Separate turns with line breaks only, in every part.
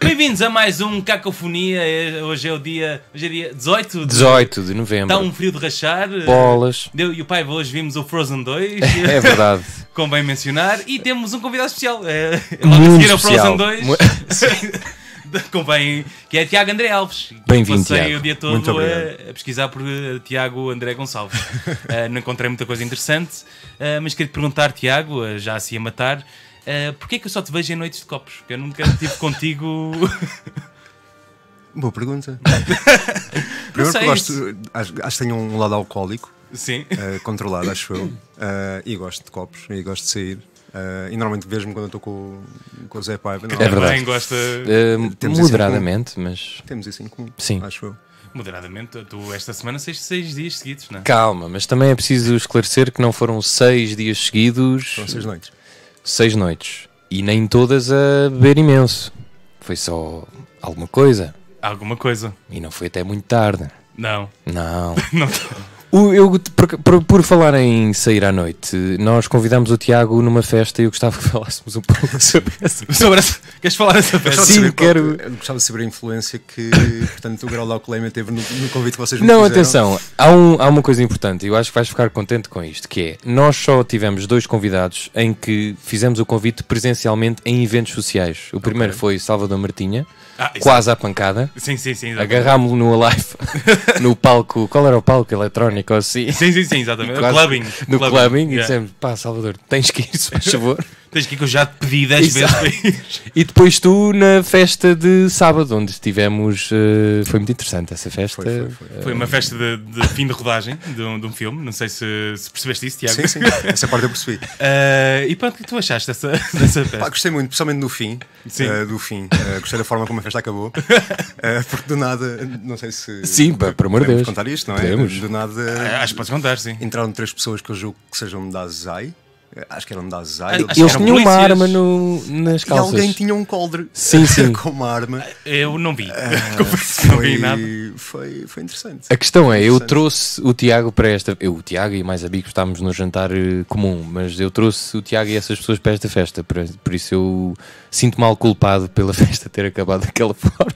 Bem-vindos a mais um Cacofonia. É- Hoje é o dia, hoje é dia 18 de
18 de novembro.
Está um frio de rachar.
Bolas.
Eu e o pai hoje vimos o Frozen 2,
É verdade.
convém mencionar. E temos um convidado especial. É,
Muito
logo a seguir ao Frozen
Um especial.
2.
Mu-
convém, que é Tiago André Alves.
Bem-vindo,
Passei
Tiago.
o dia todo
Muito obrigado.
a, a pesquisar por eh, Tiago André Gonçalves. Eh, não encontrei muita coisa interessante, eh, mas queria te perguntar, Tiago, eh, já assim a matar, eh, porquê é que eu só te vejo em noites de copos? Porque eu nunca estive contigo.
Boa pergunta.
Não
Primeiro
sei
que gosto,
isso.
acho, acho que tenho um lado alcoólico,
Sim.
eh, controlado, acho eu. Eh, e gosto de copos, e gosto de sair. Eh, e normalmente vejo-me quando eu estou com, o- com o Zé Paiva.
É
normalmente
verdade.
Também gosta
Eh,
Temos isso em
moderadamente, mas.
Temos isso em comum,
Sim.
acho eu.
moderadamente. Tu esta semana seis, seis dias seguidos, não é?
Calma, mas também é preciso esclarecer que não foram seis dias seguidos,
São seis noites.
seis noites. E nem todas a beber imenso. Foi só alguma coisa.
Alguma coisa.
E não foi até muito tarde.
Não.
Não.
Não.
tá.
O- eu, por, por- por falar em sair à noite, nós convidámos o Tiago numa festa e eu gostava que falássemos um pouco sobre essa.
Sobre essa- Queres falar dessa festa?
Gostava de
Sim,
saber qual- é,
quero-
eu Gostava de saber a influência que, portanto, o grau de alcoolemia teve no, no convite que vocês me
Não,
fizeram.
atenção, há, um- há uma coisa importante, eu acho que vais ficar contente com isto, que é, nós só tivemos dois convidados em que fizemos o convite presencialmente em eventos sociais. O primeiro foi Salvador Martinha,
Ah, isso-
quase à pancada,
Sim, sim, sim. exatamente.
agarrámo-lo no Alive, no palco, qual era o palco eletrónico ou assim?
Sim, sim, sim, exatamente.
Quase-
Clubbing.
No clubbing, é- e
yeah.
dissemos, pá Salvador, tens que ir, se faz favor.
Tens que ir que eu já te pedi 10 vezes para ir.
E depois tu na festa de sábado, onde tivemos, eh, foi muito interessante essa festa.
Foi, foi, foi.
Foi uma festa de, de fim de rodagem de um, de um filme. Não sei se, se percebeste isso, Tiago.
Sim, sim, essa parte eu percebi.
Ah, e pronto, o que tu achaste dessa, dessa
Pá,
festa?
gostei muito, principalmente no fim.
Sim.
eh, do fim. Eh, gostei da forma como a festa acabou. Eh, porque do nada, não sei se.
Sim, pá, por amor de Deus.
podemos contar isto, não é?
Podemos.
Do nada.
Ah, Acho que podes contar, sim.
Entraram três pessoas que eu julgo que sejam da ZAI. Eh, Acho que eram da ZAI.
Acho-
Eles-
acho
Eles
eram
tinham uma
polícias.
arma no- nas
E
calças.
alguém tinha um coldre
Sim, sim.
com uma arma.
Eu não vi. Confesso que não vi
Foi,
nada.
foi, foi interessante.
A questão é, eu
Interessante.
trouxe o Tiago para esta. Eu, o Tiago e mais amigos estávamos no jantar eh, comum, mas eu trouxe o Tiago e essas pessoas para esta festa. Por, por isso eu sinto-me mal culpado pela festa ter acabado daquela forma.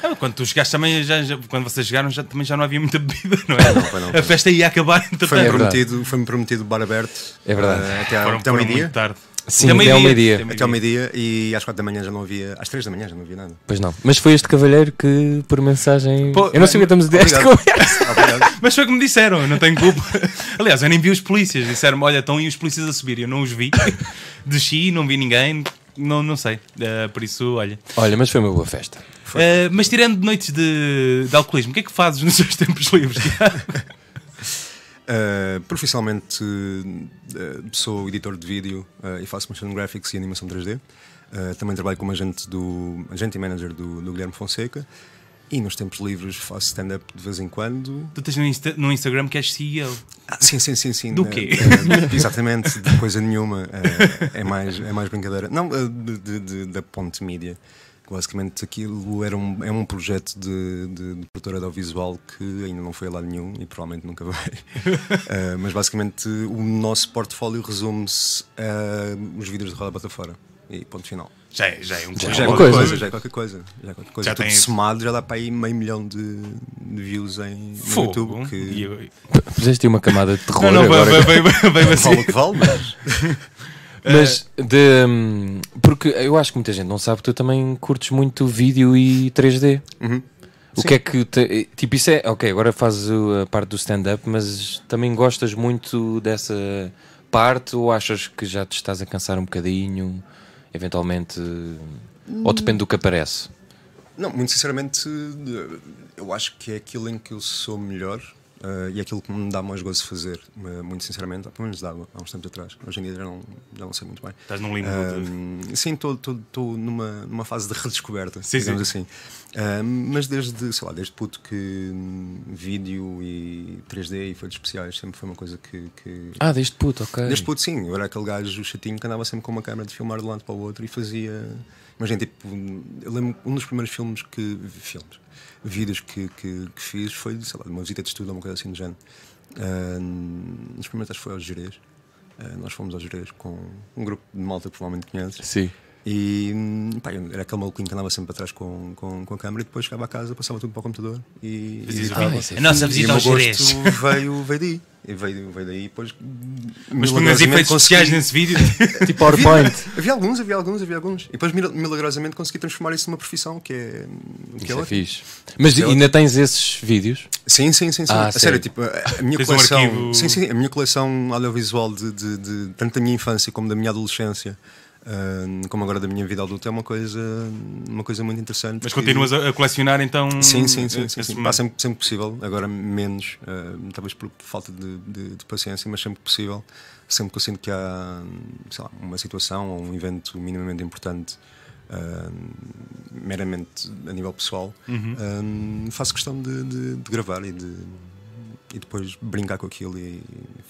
Ah, quando tu chegaste também, já, já- quando vocês chegaram, já, também já não havia muita bebida, não é?
foi, não
a
foi.
festa ia acabar,
Foi-me
entretanto.
É verdade.
prometido, foi prometido bar aberto.
É verdade.
eh, até, à-
Foram-
até ao
foram
meio-dia.
muito tarde.
Sim,
Até
até ao meio-dia.
meio-dia.
Até ao meio-dia e às quatro da manhã já não havia. Às três da manhã já não havia nada.
Pois não. Mas foi este cavalheiro que, por mensagem.
Pô,
eu não sei o que estamos a dizer. esta
Obrigado.
conversa.
Obrigado.
Mas foi o que me disseram, eu não tenho culpa. Aliás, eu nem vi os polícias, disseram-me: olha, estão aí os polícias a subir, eu não os vi. Desci, não vi ninguém, não, não sei. Ah, por isso, olha.
Olha, mas foi uma boa festa.
Ah, mas tirando noites de, de alcoolismo, o que é que fazes nos teus tempos livres?
Eh, profissionalmente eh, sou editor de vídeo eh, e faço motion graphics e animação 3D. Eh, também trabalho como agente, do, agente e manager do, do Guilherme Fonseca. E nos tempos livres faço stand-up de vez em quando.
tu tens no, Insta- no Instagram que és CEO.
Ah, sim, sim, sim, sim.
Do
Eh,
quê?
eh, exatamente, de coisa nenhuma. Eh, é, mais, é mais brincadeira. Não, eh, de- de- de- da Ponte Mídia. que Basicamente, aquilo era um, é um projeto de, de, de produtora de audiovisual que ainda não foi a lado nenhum e provavelmente nunca vai. Eh, mas basicamente, o nosso portfólio resume-se a os vídeos de roda bota fora. E ponto final.
Já é, já é um
Já é
Já é
uma
qualquer
coisa.
coisa. já é qualquer coisa. Já é qualquer coisa.
Já
Tudo
tem-
somado já dá para aí meio milhão de, de views em, no
Fogo.
YouTube. Que
E eu-
Puseste aí uma camada de terror
Não, não,
agora.
vai- vai- vai- vai- vai
vale o
ser.
que vale, mas.
Mas
É.
de. hum, Porque eu acho que muita gente não sabe que tu também curtes muito vídeo e 3D.
Uhum.
O que é que. te- tipo, isso é. Ok, agora fazes o- a parte do stand-up, mas também gostas muito dessa parte ou achas que já te estás a cansar um bocadinho? Eventualmente. Ou depende do que aparece?
Não, muito sinceramente, eu acho que é aquilo em que eu sou melhor eh, e é aquilo que me dá mais gozo fazer. Eh, Muito sinceramente, pelo menos dava há uns tempos atrás. Hoje em dia já não, já não sei muito bem.
Estás num limbo de-
Ahm, sim, estou numa, numa fase de redescoberta,
Sim,
digamos assim. Ahm, mas desde, sei lá, desde puto que hum, vídeo e 3D e efeitos especiais sempre foi uma coisa que. que...
Ah, desde puto, ok.
Desde puto, sim, eu era aquele gajo chatinho que andava sempre com uma câmera de filmar de um lado para o outro e fazia. Imagina, tipo, eu lembro que um dos primeiros filmes que. Filmes. Vídeos que, que, que fiz foi, sei lá, de uma visita de estudo ou uma coisa assim do género. Ah, nos primeiros, acho que foi aos Jerez. Ah, nós fomos aos Jerez com um grupo de malta que provavelmente conheces.
Sim.
E pá, eu era aquele maluquinho que andava sempre atrás com, com, com a câmera e depois chegava a casa, passava tudo para o computador e.
Fazes o
e
vídeo.
editava.
isso é
a nossa
E o
visita
meu
aos gerês.
gosto veio, veio daí. E Veio, veio daí e depois.
Mas punhas efeitos especiais né? nesse vídeo.
Tipo PowerPoint.
Havia alguns, havia alguns, havia alguns. E depois, mira- milagrosamente, consegui transformar isso numa profissão que é. Que é
Isso é
ótimo.
fixe. Mas
Que é
ainda tens esses vídeos?
Sim, sim, sim. sim.
Ah,
a
sério?
sério, tipo, a minha
Tens um
coleção.
arquivo-
Sim, sim, a minha coleção audiovisual de, de- de- tanto da minha infância como da minha adolescência, ah, como agora da minha vida adulta, é uma coisa, uma coisa muito interessante.
Mas
que-
continuas a a colecionar então.
Sim, sim, sim.
eh,
sim,
esse
sim. Pá,
momento.
sempre, sempre possível, agora menos, ah, talvez por falta de, de- de paciência, mas sempre possível. Sempre que eu sinto que há sei lá, uma situação ou um evento minimamente importante, ah, meramente a nível pessoal,
Uhum.
ah, faço questão de, de- de gravar e de. E depois brincar com aquilo e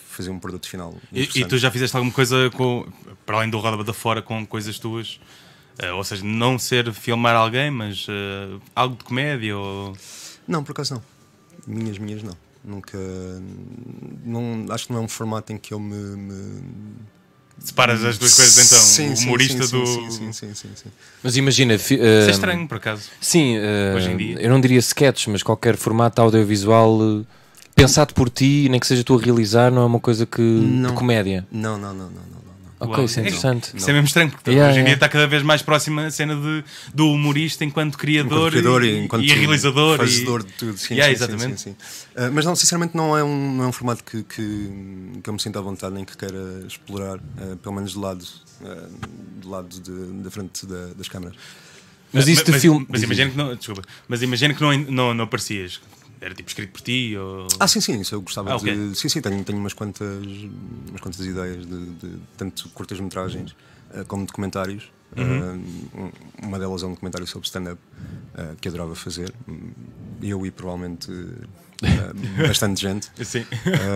fazer um produto final.
E, e
interessante.
tu já fizeste alguma coisa com, para além do Roda da Fora com coisas tuas? Eh, ou seja, não ser filmar alguém, mas eh, algo de comédia ou.
Não, por acaso não. Minhas, minhas não. Nunca. Não, acho que não é um formato em que eu me- me
Separas as duas coisas então?
Sim,
o
sim,
humorista
sim,
do.
Sim, sim, sim, sim, sim.
Mas imagina. fi-
Isso é
ah,
estranho, por acaso.
Sim, eh,
Hoje em dia.
eu não diria sketch, mas qualquer formato audiovisual eh, pensado por ti, nem que seja tu a realizar, não é uma coisa que
Não.
de comédia.
Não, não, não, não, não. não.
Ok,
Uau.
isso é interessante.
Isso é mesmo estranho, porque
Yeah,
hoje em
yeah.
dia está cada vez mais próxima a cena de, do humorista enquanto criador,
Enquanto criador
e, e realizador. e-
fazedor de tudo. Sim,
Yeah,
sim, sim,
exatamente.
sim, sim. Ah, mas não, sinceramente, não é um, não é um formato que, que, que eu me sinto à vontade nem que queira explorar, ah, pelo memenos do lado, ah, do lado de- da frente da- das câmaras.
Mas isso de
mas,
filme.
Mas imagina que não. Desculpa. Mas imagina que não, não, não aparecias. Era tipo escrito por ti ou.
Ah, sim, sim, isso eu gostava
Ah,
de.
ok.
Sim, sim, tenho, tenho umas, quantas, umas quantas ideias de, de tanto curtas-metragens eh, como documentários.
Uhum.
Eh, um- uma delas é um documentário sobre stand-up eh, que eu adorava fazer. Hum, Eu e provavelmente eh, bastante gente.
Sim.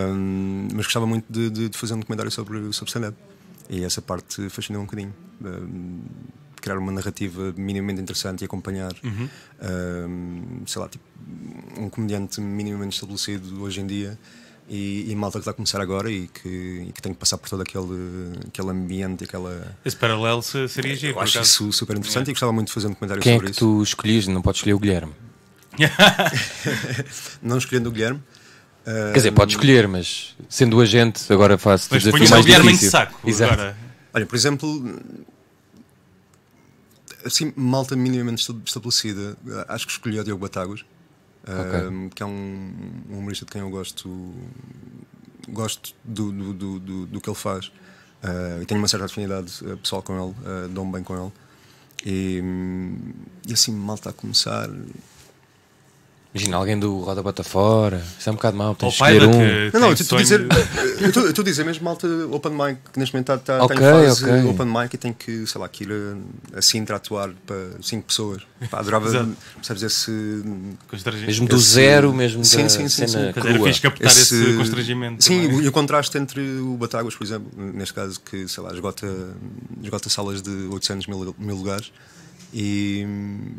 Um, mas gostava muito de, de- de fazer um documentário sobre, sobre stand-up. E essa parte fascinou um bocadinho. Um, criar uma narrativa minimamente interessante e acompanhar,
Uhum.
um, sei lá, tipo, um comediante minimamente estabelecido hoje em dia. E, e malta que está a começar agora e que, e que tem que passar por todo aquele, aquele ambiente, aquela.
Esse paralelo se- seria giro.
Eu
por
acho
acaso.
isso super interessante e gostava muito de fazer um documentário
Quem é
sobre
que
isso.
tu escolhias? Não podes escolher o Guilherme.
Não escolhendo o Guilherme.
Quer dizer, podes escolher, mas sendo agente, agora faço-te
Mas
é
desafio
punhas o
mais
Guilherme em
difícil.
saco
Exato.
agora.
Olha, por exemplo, assim, malta minimamente esta- estabelecida, eh, acho que escolhi o Diogo Batagos, eh, que é um, um humorista de quem eu gosto, gosto do, do, do, do- do que ele faz eh, e tenho uma certa afinidade eh, pessoal com ele, eh, dou-me bem com ele. E, hum, e assim, malta a começar.
Imagina alguém do Roda Bota Fora. Isso é um bocado mau.
Ou
Tens
o
de
pai
escolher
da
um.
que.
Não, não, eu
tem
estou a
sonho
dizer,
de-
eu estou- eu estou a dizer mesmo, malta open mic, que neste momento está tá
Ok,
em fase
ok.
open mic e tem que, sei lá, que ir a, a Sintra atuar para 5 pessoas. Pá, adorava,
Exato.
percebes, esse.
constrangido.
Mesmo do
Esse-
zero, mesmo
Sim,
da
sim, sim,
cena
sim.
Mas era
crua.
fixe captar esse, constrangimento.
Sim,
também.
e o contraste entre o Batáguas, por exemplo, neste caso, que, sei lá, esgota, esgota salas de 800 mil, mil lugares e,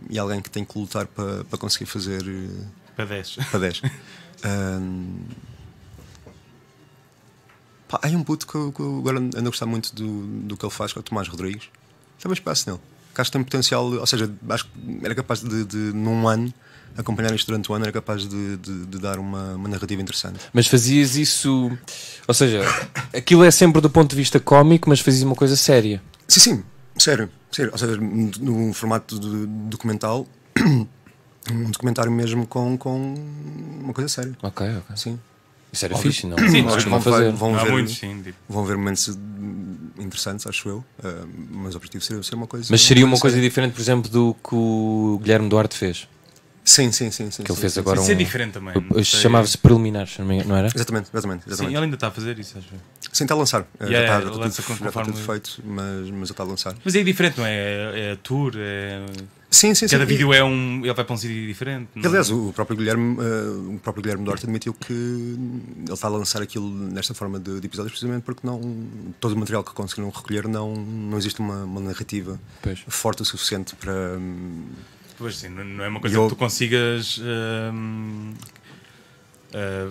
e alguém que tem que lutar para, para conseguir fazer. eh,
para 10.
para 10. Ahm, pá, há um puto que eu, que eu agora ando a gostar muito do, do que ele faz, que é o Tomás Rodrigues. Também espaço nele. Que acho que tem potencial, ou seja, acho que era capaz de, de, num ano, acompanhar isto durante o ano, era capaz de, de- de dar uma, uma narrativa interessante.
Mas fazias isso. Ou seja, aquilo é sempre do ponto de vista cómico, mas fazias uma coisa séria.
Sim, sim, sério, sério. Ou seja, no no formato de documental, um documentário mesmo com, com uma coisa séria.
Ok, ok.
Sim.
Isso era
Óbvio.
fixe, não?
Sim,
não
mas
Acho que
costuma fazer.
vão
Há
ver- um.
muitos, sim. tipo.
Vão haver momentos hum, interessantes, acho eu, ah, mas o objetivo seria ser uma coisa.
Mas seria uma coisa
séria.
diferente, por exemplo, do que o Guilherme Duarte fez.
Sim, sim, sim. sim
Que ele
sim,
fez
sim,
agora
Isso é
um.
diferente também. não sei.
Chamava-se preliminar, se não me engano, não era?
sim. Exatamente, exatamente.
Sim,
exatamente.
ele ainda está a fazer isso, acho. eu.
Sim, está a lançar. Ah,
Yeah,
já está, já
lança
está tudo, já está
conforme-
tudo feito, mas, mas já está a lançar.
Mas é diferente, não é? É, é tour, é...
Sim, sim, sim.
cada
E-
vídeo é um. Ele vai para um sítio diferente. não é?
Aliás, o próprio Guilherme, ah, o próprio Guilherme Duarte admitiu que ele está a lançar aquilo nesta forma de, de episódios precisamente porque não todo o material que conseguiram recolher não não existe uma, uma narrativa
Pois.
forte o suficiente para hum,
Pois sim, não não é uma coisa
Eu-
que tu consigas hum, ah,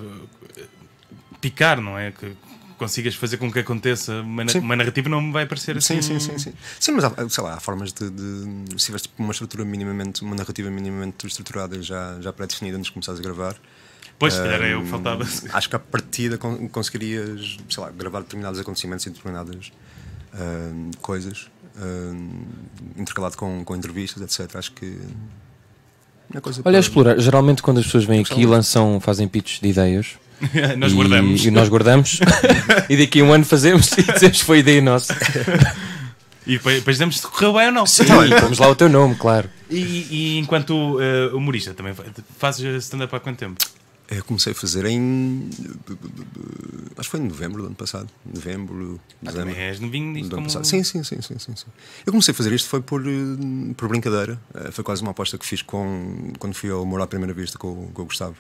picar, não é? Que, consigas fazer com que aconteça uma, na-
Sim.
uma narrativa, não me vai parecer assim.
Sim, sim, sim, sim. Sim, mas há, sei lá, há formas de. de- se tiveres tipo, uma estrutura minimamente, uma narrativa minimamente estruturada já, já pré-definida antes de começares a gravar.
Pois, se calhar era eu
hum,
que faltava.
Acho que a partida con- conseguirias, sei lá, gravar determinados acontecimentos e determinadas hum, coisas, hum, intercalado com, com entrevistas, etc. Acho que. é coisa
Olha,
para-
a explorar. Geralmente quando as pessoas vêm aqui
São-
lançam, fazem pitches de ideias.
Nós
e,
guardamos.
E nós guardamos. e daqui a um ano fazemos e dizemos que foi ideia nossa.
E depois, depois dizemos se correu bem ou não. Então,
Sim, e pomos lá o teu nome, claro.
E, e enquanto eh, humorista também, fa- fazes stand-up há quanto tempo?
Eu comecei a fazer em. Acho que foi em novembro do ano passado. Novembro, dezembro.
Também és novinho nisto
do ano
como... um-
passado. Sim, sim, sim, sim, sim, sim. Eu comecei a fazer isto foi por, eh, por brincadeira. Eh, Foi quase uma aposta que fiz com, quando fui ao Humor à Primeira Vista com, o- com o Gustavo.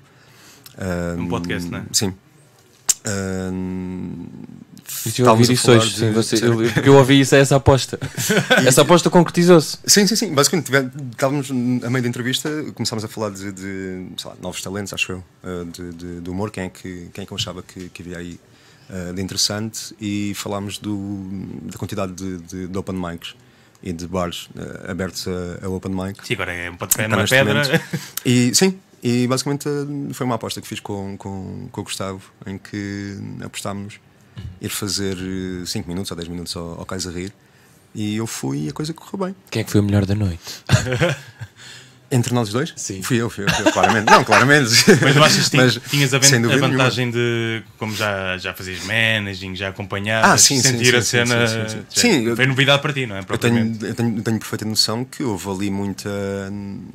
Ah,
Num podcast, não é?
Sim. Ah,
Eu
estávamos
ouvi
a
isso
falar
hoje,
de-
sim, você- eu- porque eu ouvi isso, é essa aposta. Essa aposta concretizou-se.
Sim, sim, sim. Basicamente, tive- estávamos a meio da entrevista, começámos a falar de, de, sei lá, novos talentos, acho eu, eh, de, de- do humor, quem é que, quem é que eu achava que, que havia aí eh, de interessante e falámos do, da quantidade de, de- de open mics e de bares eh, abertos a, a open mic.
Sim, agora é um pote de pé
Está
numa
neste
pedra.
momento. E, sim, e basicamente eh, foi uma aposta que fiz com, com, com o Gustavo, em que apostámos ir fazer 5 minutos ou 10 minutos ao, ao Cais a Rir. E eu fui e a coisa correu bem.
Quem é que foi o melhor da noite?
Entre nós dois?
Sim.
Fui eu, fui eu, fui eu, claramente. Não, claramente.
Mas tu achas que
Mas,
tin- tinhas a, ven-
sem dúvida
a
nenhuma.
vantagem de, como já, já fazias managing, já acompanhavas,
Ah, sim, sim,
sentir
sim,
a
sim,
cena.
sim, sim, sim.
já-
Sim, eu-
foi novidade para ti, não é?
Eu tenho,
propriamente?
eu, tenho, eu tenho perfeita noção que houve ali muita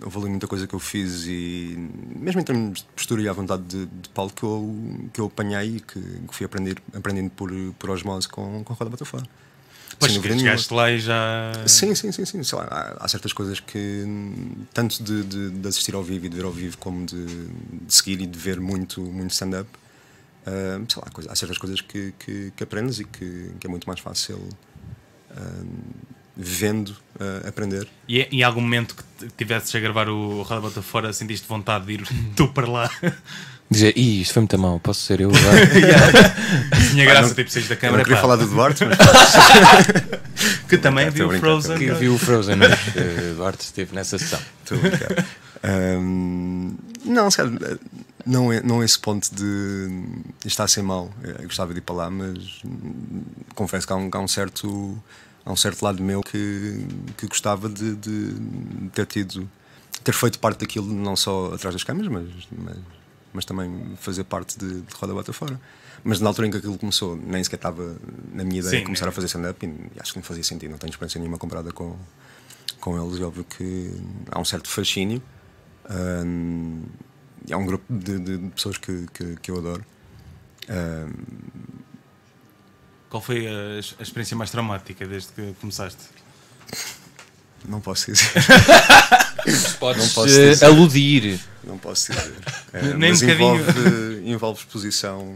houve ali muita coisa que eu fiz e mesmo em termos de postura e à vontade de, de palco que eu, que eu apanhei e que, que fui aprender, aprendendo por, por osmose com, com a Roda Batafá.
Pois,
Sem dúvida
que chegaste lá e já.
Sim, sim, sim, sim. Sei lá, há, há certas coisas que, hum, tanto de, de- de assistir ao vivo e de ver ao vivo, como de, de seguir e de ver muito, muito stand-up, hum, sei lá, coisa- há certas coisas que, que, que aprendes e que, que é muito mais fácil hum, vendo ah, aprender.
E e em algum momento que t- tivesses a gravar o Roda Bota Fora, sentiste vontade de ir tu para lá?
Dizer, ih, isto foi muito mal, posso ser eu agora?
Tinha graça,
não-
tipo, saís da
Eu não
câmara.
queria
pá,
falar do Duarte, mas
Que também
Tô
viu
brincando, tô
Frozen.
que viu o Frozen, mas eh, Duarte esteve nessa sessão.
estou a brincar. Hum, não, se calhar, não, é, não é esse ponto de hum, está a ser mau. Eh, Eu gostava de ir para lá, mas hum, confesso que há um, que há um certo há um certo lado meu que, que gostava de, de ter tido ter feito parte daquilo não só atrás das câmeras, mas, mas, mas também fazer parte de, de Roda Bota Fora. Mas na altura em que aquilo começou, nem sequer estava na minha ideia
Sim,
começar
né?
a fazer stand-up e, e acho que não fazia sentido, não tenho experiência nenhuma comparada com, com eles. É óbvio que há um certo fascínio. Hum, é um grupo de, de- de pessoas que, que, que eu adoro.
Qual foi a, a experiência mais traumática desde que começaste?
Não posso dizer.
Podes
posso
eh,
dizer.
aludir.
Não posso dizer. Eh,
Nem
mas
um bocadinho.
envolve, envolve exposição.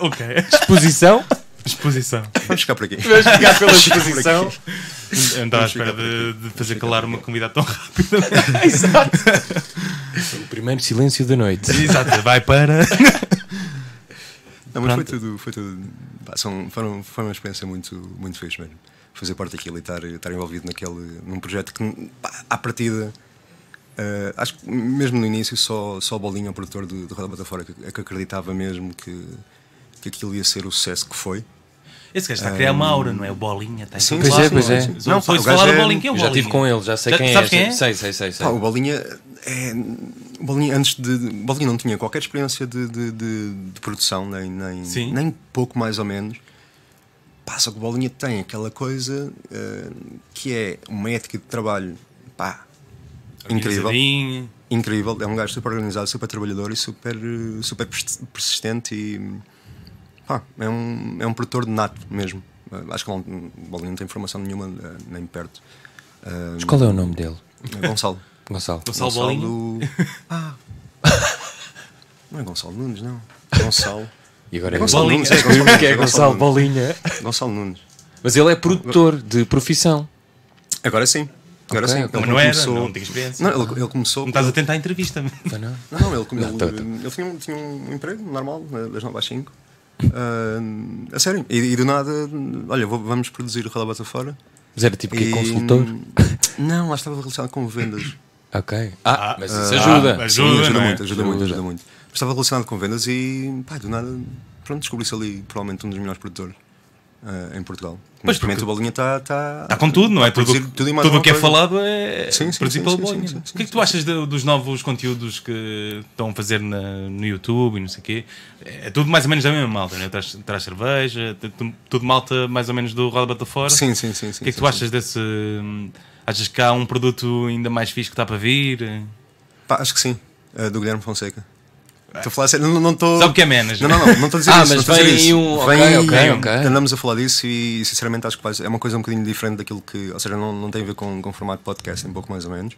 ok.
Exposição?
Exposição.
Vamos ficar por aqui.
Vais ficar pela exposição?
Eu não estava à
Vamos ficar
espera
por
de, de fazer calar uma convidada tão rápido.
Exato. O primeiro silêncio da noite.
Exato, vai para.
Não, mas foi
Pronto.
tudo. Foi, tudo pá, são, foram, foi uma experiência muito, muito fixe mesmo. Fazer parte daquilo e estar, estar envolvido naquele, num projeto que, pá, à partida, eh, acho que mesmo no início, só, só o Bolinho, o produtor do, do Roda Bota Fora, que, é que acreditava mesmo que, que aquilo ia ser o sucesso que foi.
Esse gajo está a criar uma aura, não é? O bolinha está
Sim,
em
Pois
todo
é,
lado,
pois
não
é.
Não,
Não, pá,
foi
o
falar
gajo
do
é-
bolinho. Quem é o
Eu já
bolinha?
estive com ele, já sei
Já-
quem é.
sabes quem é?
Sei, sei, sei. sei.
Pá, o Bolinha é. O Bolinha, antes de. O Bolinha não tinha qualquer experiência de, de- de- de produção, nem, nem,
Sim.
nem pouco mais ou menos. Pá, só que o Bolinha tem aquela coisa eh, que é uma ética de trabalho pá, incrível.
Organizadinho.
Incrível. É um gajo super organizado, super trabalhador e super, eh, super pers- persistente e. pá, é um, é um produtor nato mesmo. Eh, Acho que não- o Bolinha não tem formação nenhuma, eh, nem perto. Eh,
Mas qual é o nome dele?
Gonçalo.
Gonçalo.
Gonçalo Bolinho.
Ah. Não é Gonçalo Nunes, não. Gonçalo.
E agora
É
é
Gonçalo
Bolinha.
Nunes, é Gonçalo Nunes.
Que é Gonçalo
Nunes.
Bolinha.
Gonçalo Nunes.
Mas ele é produtor de profissão.
Agora sim. Agora
Ok,
sim.
ok.
Mas não era, não tinha experiência.
Não, ele, ele começou.
Não tá- estás a tentar a entrevista.
Foi não?
Não, não, ele, ele,
Não, tá, tá.
ele tinha, um, tinha um emprego normal, eh, das 9 às 5. Ah, a sério. E, e do nada, olha, vou- vamos produzir o Ralabata Fora.
Mas era tipo que
E-
consultor?
Não, lá estava relacionado com vendas.
Ok. Ah,
Ah,
mas isso
ah,
ajuda.
mas-
Sim,
Ajuda, não é?
muito, ajuda muito,
Ajuda.
ajuda muito. Mas Estava relacionado com vendas e, pá, do nada, pronto, descobri-se ali provavelmente um dos melhores produtores ah, em Portugal.
Pois,
Mas o Bolinha tá, está. Está
Está com tudo, não é? Tudo,
produzir Tá tudo e mais
tudo o
alguma
que é
coisa.
falado é
Sim, sim,
produzido
sim,
pela
sim,
Bolonha.
sim, sim,
O que é que
sim,
tu achas de- dos novos conteúdos que estão a fazer na- no YouTube e não sei o quê? É tudo mais ou menos da mesma malta, né? Traz, traz cerveja, tu- tu- tudo malta mais ou menos do Roda Bata Fora.
Sim, sim, sim.
O que é que tu achas desse... hum, Achas que há um produto ainda mais fixe que está para vir?
Pá, acho que sim. Ah, do Guilherme Fonseca. Estou a falar sério, não não estou.
Sabe o que é manager?
Não, não, não, não estou a dizer
Ah,
isso. não
mas
estou a dizer
vem
isso.
um- ok, ok, ok.
Andamos a falar disso e, sinceramente, acho que faz- é uma coisa um bocadinho diferente daquilo que. Ou seja, não, não tem a ver com, com o formato de podcast, um pouco mais ou menos.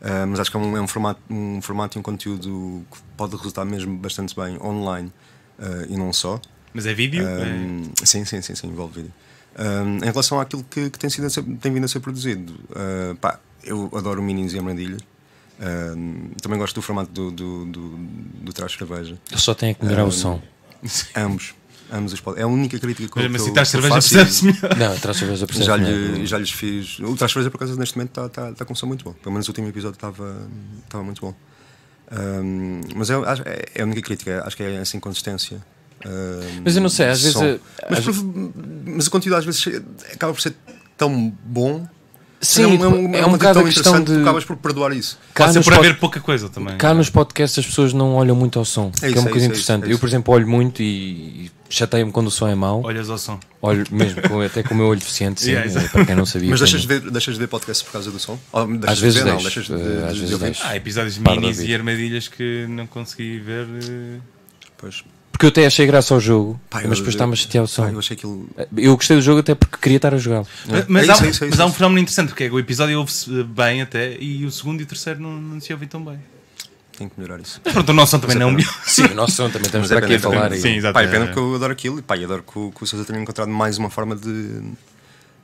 Ah, mas acho que é um, é um formato, um formato e um conteúdo que pode resultar mesmo bastante bem online ah, e não só.
Mas é vídeo? É.
Um, sim, sim, sim, sim, envolve vídeo. Um, em relação àquilo que, que tem, sido a ser- tem vindo a ser produzido, uh, pá, eu adoro Meninos e Abrandilhas. Um, também gosto do formato do, do, do, do Trás Cerveja.
Eles só têm que melhorar o som.
Ambos. Ambos os pod- É a única crítica que eu-
Mas, mas
que
se
eu-
traz
que eu
cerveja,
faço é e
percebe-se melhor.
Não, é? traz cerveja para
já, lhe, já lhes fiz. O Trás Cerveja, por acaso, neste momento está tá, tá com um som muito bom. Pelo menos o último episódio estava estava muito bom. Um, mas eu acho- é, é a única crítica, acho que é essa inconsistência. um,
Mas eu não sei, às
de
vezes
som.
eu-
Mas,
às-
prov- mas o conteúdo às vezes che- acaba por ser tão bom.
Sim,
é um,
é um
conteúdo
bocado a
tão
questão
interessante que
de-
tu acabas por perdoar isso.
Cá
Pode ser
nos
por
pod-
haver pouca coisa também.
Cá nos podcasts as pessoas não olham muito ao som, que é
isso,
um
é
bocadinho
isso, é isso,
interessante.
é
eu, por
isso.
exemplo, olho muito e chateio-me quando o som é mau.
Olhas ao som.
Olho mesmo, com- até com o meu olho deficiente, sim, eh,
Yeah, exato.
para quem não sabia.
Mas
tenho-
deixas de, ver, deixas de ver podcast por causa do som? Ou deixas
Às vezes
de ver, não,
deixo,
deixas de,
eh, às
de-
vezes
de ouvir?
deixo.
Há episódios
Parda
minis
vida.
e armadilhas que não consegui ver. eh,
Pois.
Porque eu até achei graça ao jogo,
Pá, eu-
mas depois está-me a chatear o som. Eh,
Pá, eu achei aquilo.
Eu gostei do jogo até porque queria estar a jogá-lo.
Mas,
É
mas
isso,
há,
é isso, é
mas há
isso, é
um
isso.
fenómeno interessante, porque é que o episódio ouve-se eh, bem até e o segundo e o terceiro não, não se ouvem tão bem.
Tenho que melhorar isso.
Mas pronto, o nosso som também
Mas é
não é o
pena.
melhor.
Sim, o nosso som também estamos
é
para aqui a
pena, é
falar.
pena.
e-
Sim, exato,
Pá,
é,
é pena
é.
porque eu adoro aquilo e pá, eu adoro que, o- que o Sousa tenha encontrado mais uma forma de,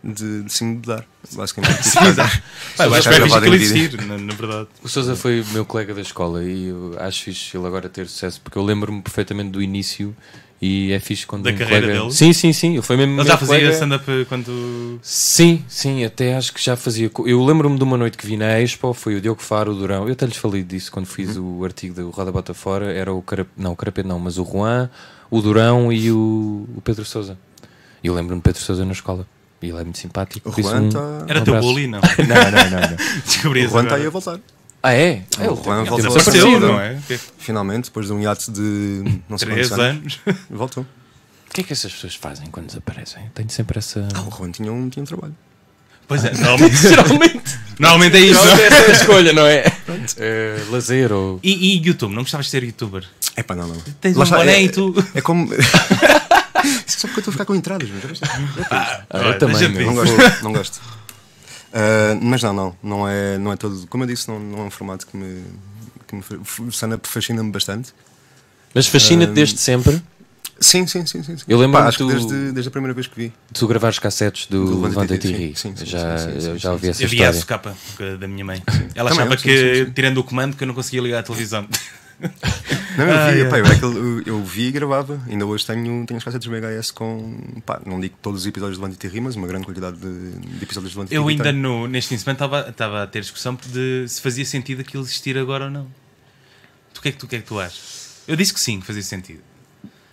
de, de se mudar, basicamente.
Exato. Pá, eu acho que é fixe
gravado em
aquilo
vídeo.
existir, na, na verdade.
O Sousa foi meu colega da escola e eu acho fixe ele agora ter sucesso porque eu lembro-me perfeitamente do início e é fixe quando.
Da
um
carreira
colega...
dele?
Sim, sim, sim. Ele foi mesmo.
Ele
meu
já fazia
colega...
stand-up eh, quando.
Sim, sim, até acho que já fazia. co- Eu lembro-me de uma noite que vi na Expo, foi o Diogo Faro, o Durão. Eu até lhes falei disso quando fiz
Uhum.
o artigo do Roda Bota Fora. Era o Carap... não, o Carapete não, mas o Juan, o Durão e o, o Pedro Souza. E eu lembro-me de Pedro Souza na escola. E ele é muito simpático.
O
por isso
Juan
um-
tá-
Era
um
teu
abraço.
bully, não?
Não, não, não. não.
Descobri
O
isso.
Juan
agora.
está aí a voltar.
Ah, é? Ah, ele tem-
O Juan voltou.
ele
Desapareceu,
desapareceu.
não é?
Finalmente, depois de um hiato de não sei
Três
quantos anos,
anos.
voltou.
O que é que essas pessoas fazem quando desaparecem? Tenho sempre essa.
Ah, o Juan tinha um, tinha um trabalho.
Pois é, normalmente,
Geralmente.
normalmente é isso. não é?
essa é a escolha, não é? Eh, lazer ou.
E, e YouTube? Não gostavas de ser youtuber?
É pá, não, não.
Tens
Lá
um
está,
boné
é-
e tu.
É como. Só porque eu estou a ficar com entradas, mas já viste?
Ah,
olha,
eu também.
deixa-te
meu.
ver.
Não gosto, não gosto. Ah, mas não, não, não é, não é todo. Como eu disse, não, não é um formato que me. Que me fa- o stand-up fascina-me bastante.
Mas
Hum.
fascina-te desde sempre.
Sim, sim, sim. sim, sim.
Eu lembro-me
Pá, acho
do-
que desde, desde a primeira vez que vi.
Tu gravares cassetes do,
Do
Levanta-te
Levanta-te e
e
Ri.
Ri.
Sim, sim, sim,
Já,
sim, sim,
eu
sim,
já ouvi
sim.
essa
Eu vi a
história.
SK que- da minha mãe. Ela
Também,
achava
sim,
que,
sim, sim.
tirando o comando, que eu não conseguia ligar a televisão.
Não, eu
Ah,
vi,
yeah.
pá, eu, era aquele- eu- eu vi e gravava. Ainda hoje tenho, tenho as cassetes VHS com. Pá, não digo todos os episódios do Levanta-te e Ri, mas uma grande quantidade de, de episódios do Levanta-te e
Eu
Ri
ainda
tenho.
no, neste fim de semana estava- estava a ter discussão de se fazia sentido aquilo existir agora ou não. Tu, o, que é que tu, o que é que tu achas? Eu disse que sim, que fazia sentido.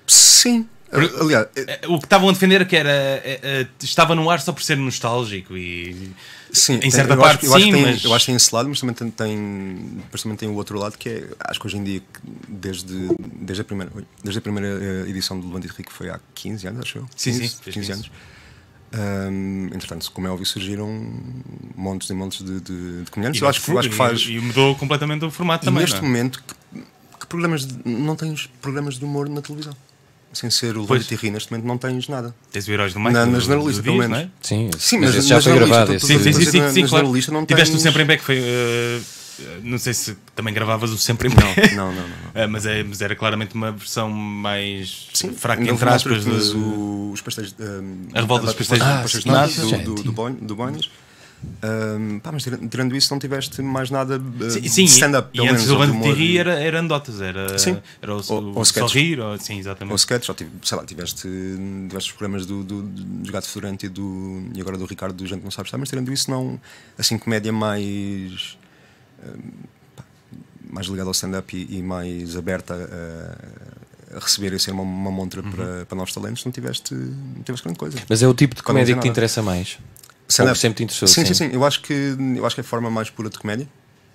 Sim. Aliás, eh,
Eh, O que estavam a defender é que era. eh, eh, estava no ar só por ser nostálgico e.
sim,
em
tem-
certa
eu acho-
parte
eu acho
sim,
que tem,
mas-
Eu acho que tem esse lado, mas também tem, tem, depois também tem o outro lado que é. Acho que hoje em dia, que desde, desde, a, primeira, oi, desde a primeira eh, edição do Levanta-te e Ri, que foi há 15 anos, acho eu.
Sim, sim,
15,
fez
15
15.
anos. Ahm, entretanto, como é óbvio, surgiram montes e montes de, de, de comediantes. Eu acho, que- eu acho que faz.
E, e mudou completamente o formato
E
também.
neste
não é?
momento, que, que programas de- não tens programas de humor na televisão? Sem ser o
Pois.
Levanta-te e Ri, neste momento não tens nada.
Tens o Heróis do Mike.
Na-
do-
na
do
Generalista,
Dias,
pelo
não é?
menos.
Sim,
Sim,
mas,
mas-
esse já
mas
foi
na lista,
gravado.
tu-
esse
Sim, sim,
foi-
sim,
Mas
sim,
na-
sim,
na
claro.
jornalista não
Tiveste o
tens-
sempre em pé que foi. eh, eh, não sei se também gravavas o sempre em pé.
Não, não, não. não.
Eh, mas, é- mas era claramente uma versão mais fraca, entre
Ainda houve uma altura
aspas.
que tinhas
de-
o- os pastéis. hum,
A revolta dos
ba-
pastéis-
ba-
Ah,
pastéis
sim,
de nata
sim,
do, do,
sim.
do, Bon- do Bonis. Ahm, pá, mas tirando- tirando isso, não tiveste mais nada ah,
Sim,
de
sim,
stand-up,
e
pelo
antes
menos.
do
ou de
Bando
humor.
Tirri era, era andotas, era,
Sim.
era o,
Ou-
o,
ou sketches.
sorrir, ou, sim,
Ou
exatamente.
sketch, ou tive, sei lá, tiveste, tiveste os programas do, do, do Gato Fedorento e, do, e agora do Ricardo do Gente Não Sabe Estar, mas tirando isso, não. Assim, comédia mais. hum, pá, mais ligada ao stand-up e, e mais aberta a, a receber e a ser uma, uma montra
Uhum.
para, para novos talentos, não tiveste, não tiveste grande coisa.
Mas é o tipo de
Quando não
comédia
dizem
que te
nada.
interessa mais. Ou
Stand-up.
é sempre te interessou,
Sim, sim,
sim.
sim. Eu acho que, eu acho que é a forma mais pura de comédia,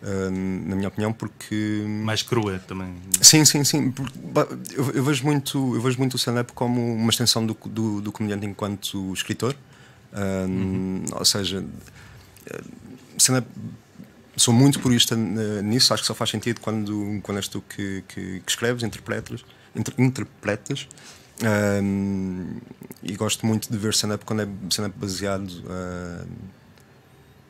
ah, na minha opinião, porque.
Mais crua também.
Sim, sim, sim. Porque, bah, Eu, eu vejo muito, eu vejo muito o stand-up como uma extensão do, do, do comediante enquanto escritor. Ah,
Uhum.
Ou seja, eh, stand-up. Sou muito purista n- nisso, acho que só faz sentido quando, quando és tu que, que, que escreves, interpretas, inter- interpretas. Ah, e gosto muito de ver stand-up quando é stand-up baseado ah,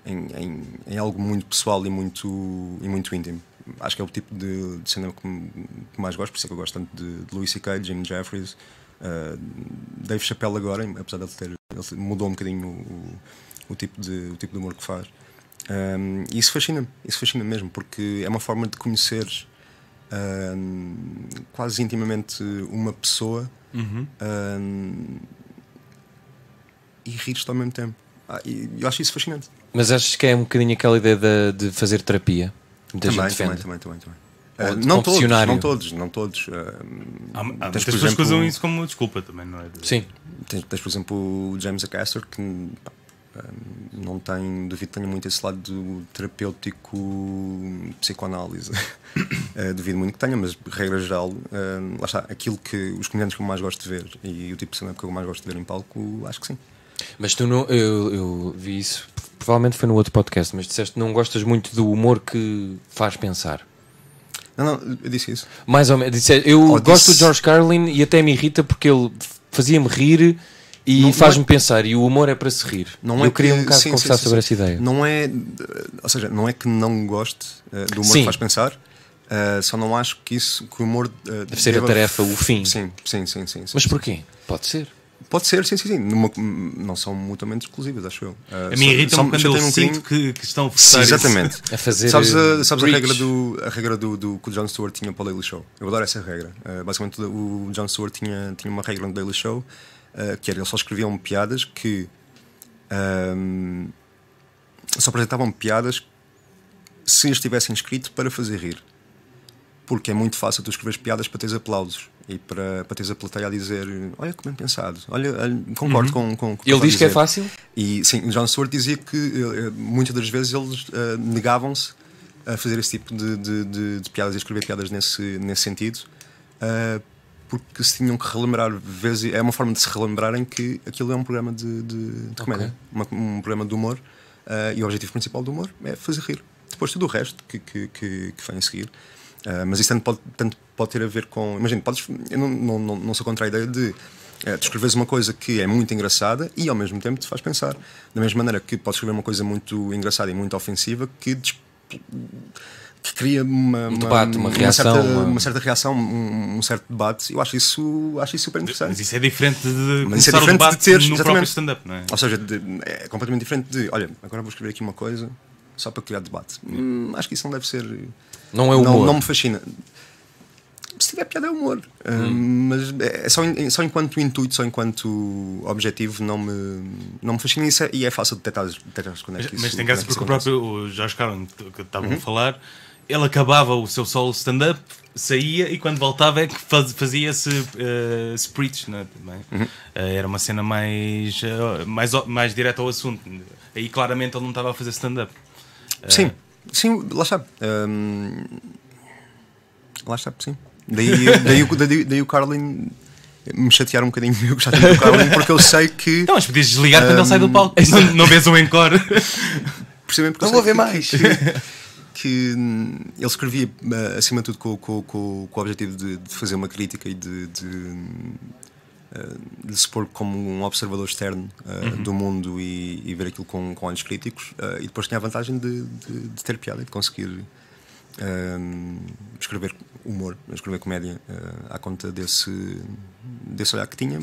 em, em- em algo muito pessoal e muito, e muito íntimo. Acho que é o tipo de, de cinema que, m- que mais gosto, por isso é que eu gosto tanto de, de Louis C.K., Jim Jeffries, ah, Dave Chappelle agora, em- apesar de ele ter ele mudou um bocadinho o, o- o tipo, de, o tipo de humor que faz. Ahm, e isso fascina-me, isso fascina me mesmo, porque é uma forma de conheceres ahm, quase intimamente uma pessoa ahm, e rires ao mesmo tempo. Ah, e eu acho isso fascinante.
Mas achas que é um bocadinho aquela ideia de, de fazer terapia? Muita
Também,
gente
também,
defende.
também, também, também.
Ou
Eh,
de
não todos,
confessionário.
não todos, não todos. Eh,
Há, há muitas
tens, por
pessoas que usam
exemplo, um-
isso como desculpa também, não é?
Sim.
tens, tens, por exemplo, o James Acaster, que pá, eh, não tem, duvido que tenha muito esse lado terapêutico psicoanálise. Eh, duvido muito que tenha, mas regra geral, eh, lá está, aquilo que os comediantes que eu mais gosto de ver e o tipo de cinema que eu mais gosto de ver em palco, acho que sim.
Mas tu não. Eu, eu vi isso, provavelmente foi no outro podcast, mas disseste que não gostas muito do humor que faz pensar.
Não, não, eu disse isso.
Mais ou menos. disse- eu
Ou
gosto
Oh, disse-
do George Carlin e até me irrita porque ele f- fazia-me rir e
Não-
faz-me
não
pensar. E o humor é para se rir.
Não
eu
é
queria
que-
um bocado
sim,
conversar
sim, sim,
sobre
sim.
essa ideia.
Não é, eh, ou seja, não é que não goste eh, do humor
Sim.
que faz pensar, eh, só não acho que isso, que o humor eh,
Deve ser a
deva-
tarefa, o fim.
Sim, sim, sim, sim. sim.
Mas porquê? Pode ser.
pode ser, sim, sim, sim. Numa- não são mutuamente exclusivas, acho eu. Eh,
A
só-
mim irritam
só-
quando
só
eu
tem um
sinto que,
bocadinho-
que estão a
Sim,
forçar isso.
exatamente.
A fazer.
Sabes, a,
eh,
sabes a regra,
preach.
do, a regra do, do que o Jon Stewart tinha para o Daily Show? Eu adoro essa regra. Uh, basicamente, o Jon Stewart tinha, tinha uma regra no Daily Show uh, que era: eles só escreviam piadas que. um, só apresentavam piadas se as tivessem escrito para fazer rir. Porque é muito fácil tu escreveres piadas para teres aplausos e para, para teres a plateia a dizer: Olha que bem pensado, olha, olha, concordo com, com, com o que
Ele
estás
diz
a
que é
dizer."
fácil?
E sim, o John Stewart dizia que eh, eh, muitas das vezes eles eh, negavam-se a fazer esse tipo de, de- de- de piadas e escrever piadas nesse, nesse sentido, eh, porque se tinham que relembrar vezes. É uma forma de se relembrarem que aquilo é um programa de, de- de comédia, uma- um programa de humor, eh, e o objetivo principal do humor é fazer rir. Depois tudo o resto que, que, que, que vem a seguir. Eh, mas isso tanto pode, tanto pode ter a ver com. Imagina, podes, eu não, não, não, não sou contra a ideia de eh, tu escreves uma coisa que é muito engraçada e ao mesmo tempo te faz pensar. Da mesma maneira que podes escrever uma coisa muito engraçada e muito ofensiva que, des- que cria uma, uma-
Um debate, uma reação,
certa,
uma-
uma certa reação, um, um certo debate. Eu acho isso, acho isso super interessante.
Mas isso é diferente de
Mas isso é
começar o
diferente de
debate
teres,
no
exatamente.
próprio stand-up, não é?
Ou seja, de- é completamente diferente de olha, agora vou escrever aqui uma coisa só para criar debate. Hum, acho que isso não deve ser.
Não é
não,
humor.
não me fascina. Se tiver piada é humor. Ah,
Hum.
mas é só, en- só enquanto intuito, só enquanto objetivo, não me, não me fascina isso é- e é fácil detectar, detectar quando é que isso
Mas tem
quando é
graça
que isso
porque o
acontece.
próprio o Jorge Carlin, que que estavam
Uhum.
a falar, ele acabava o seu solo stand-up, saía e quando voltava é que faz- fazia esse eh, speech, não é? Também.
Uhum.
Eh, era uma cena mais, eh, mais, ao- mais direta ao assunto. Aí claramente ele não estava a fazer stand-up.
Sim, sim, lá está. Ahm, lá está, sim. Daí, daí, o- daí, daí o Carlin me chatear um bocadinho, eu que já tenho o Carlin, porque eu sei que.
Então, mas podias desligar quando ele sai
Hum.
do palco. Não, não vês o encore.
Percebem porque
Não
eu
vou
sei
ver mais.
Que, que, hum, ele escrevia, ah, acima de tudo, com, com- com- com o objetivo de, de fazer uma crítica e de, de, hum, ah, de se pôr como um observador externo ah,
Uhum.
do mundo e, e ver aquilo com, com olhos críticos. ah, e depois tinha a vantagem de, de- de ter piada e de conseguir hum, escrever eh, humor, escrever comédia ah, à conta desse, desse olhar que tinha.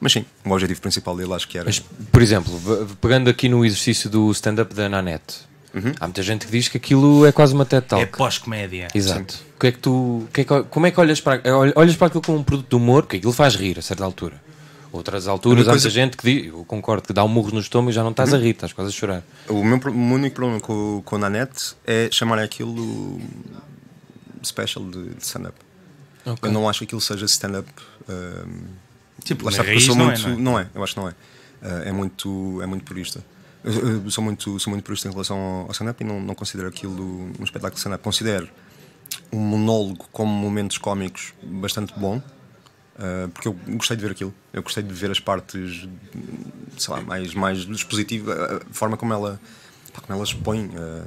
Mas sim, o objetivo principal dele acho que era.
Mas, por exemplo, v- pegando aqui no exercício do stand-up da Nanette,
Uhum.
há muita gente que diz que aquilo é quase uma TED Talk.
É pós-comédia.
Exato. O que é que tu, o que é que- como é que olhas para, olh- olhas para aquilo como um produto de humor? Porque aquilo faz rir a certa altura. Outras alturas
É Uma
há
coisa-
muita
Uhum.
gente que diz, eu concordo, que dá um murro no estômago e já não estás a rir, estás quase a chorar.
O meu pro- o único problema com, com a Nanette é chamar aquilo hum, special de, de stand-up. Eu não acho que aquilo seja stand-up. hum,
Tipo,
lá
na
está, porque eu
raiz
sou
não é,
muito,
não é?
eu acho que não é. Ah, é muito, é muito purista. Eu, eu sou muito, sou muito purista em relação ao, ao stand-up e não, não considero aquilo um espetáculo de stand-up. Considero um monólogo como momentos cómicos bastante bom, ah, porque eu gostei de ver aquilo. Eu gostei de ver as partes, sei lá, mais, mais expositivas, a a forma como ela, pá, como ela expõe ah,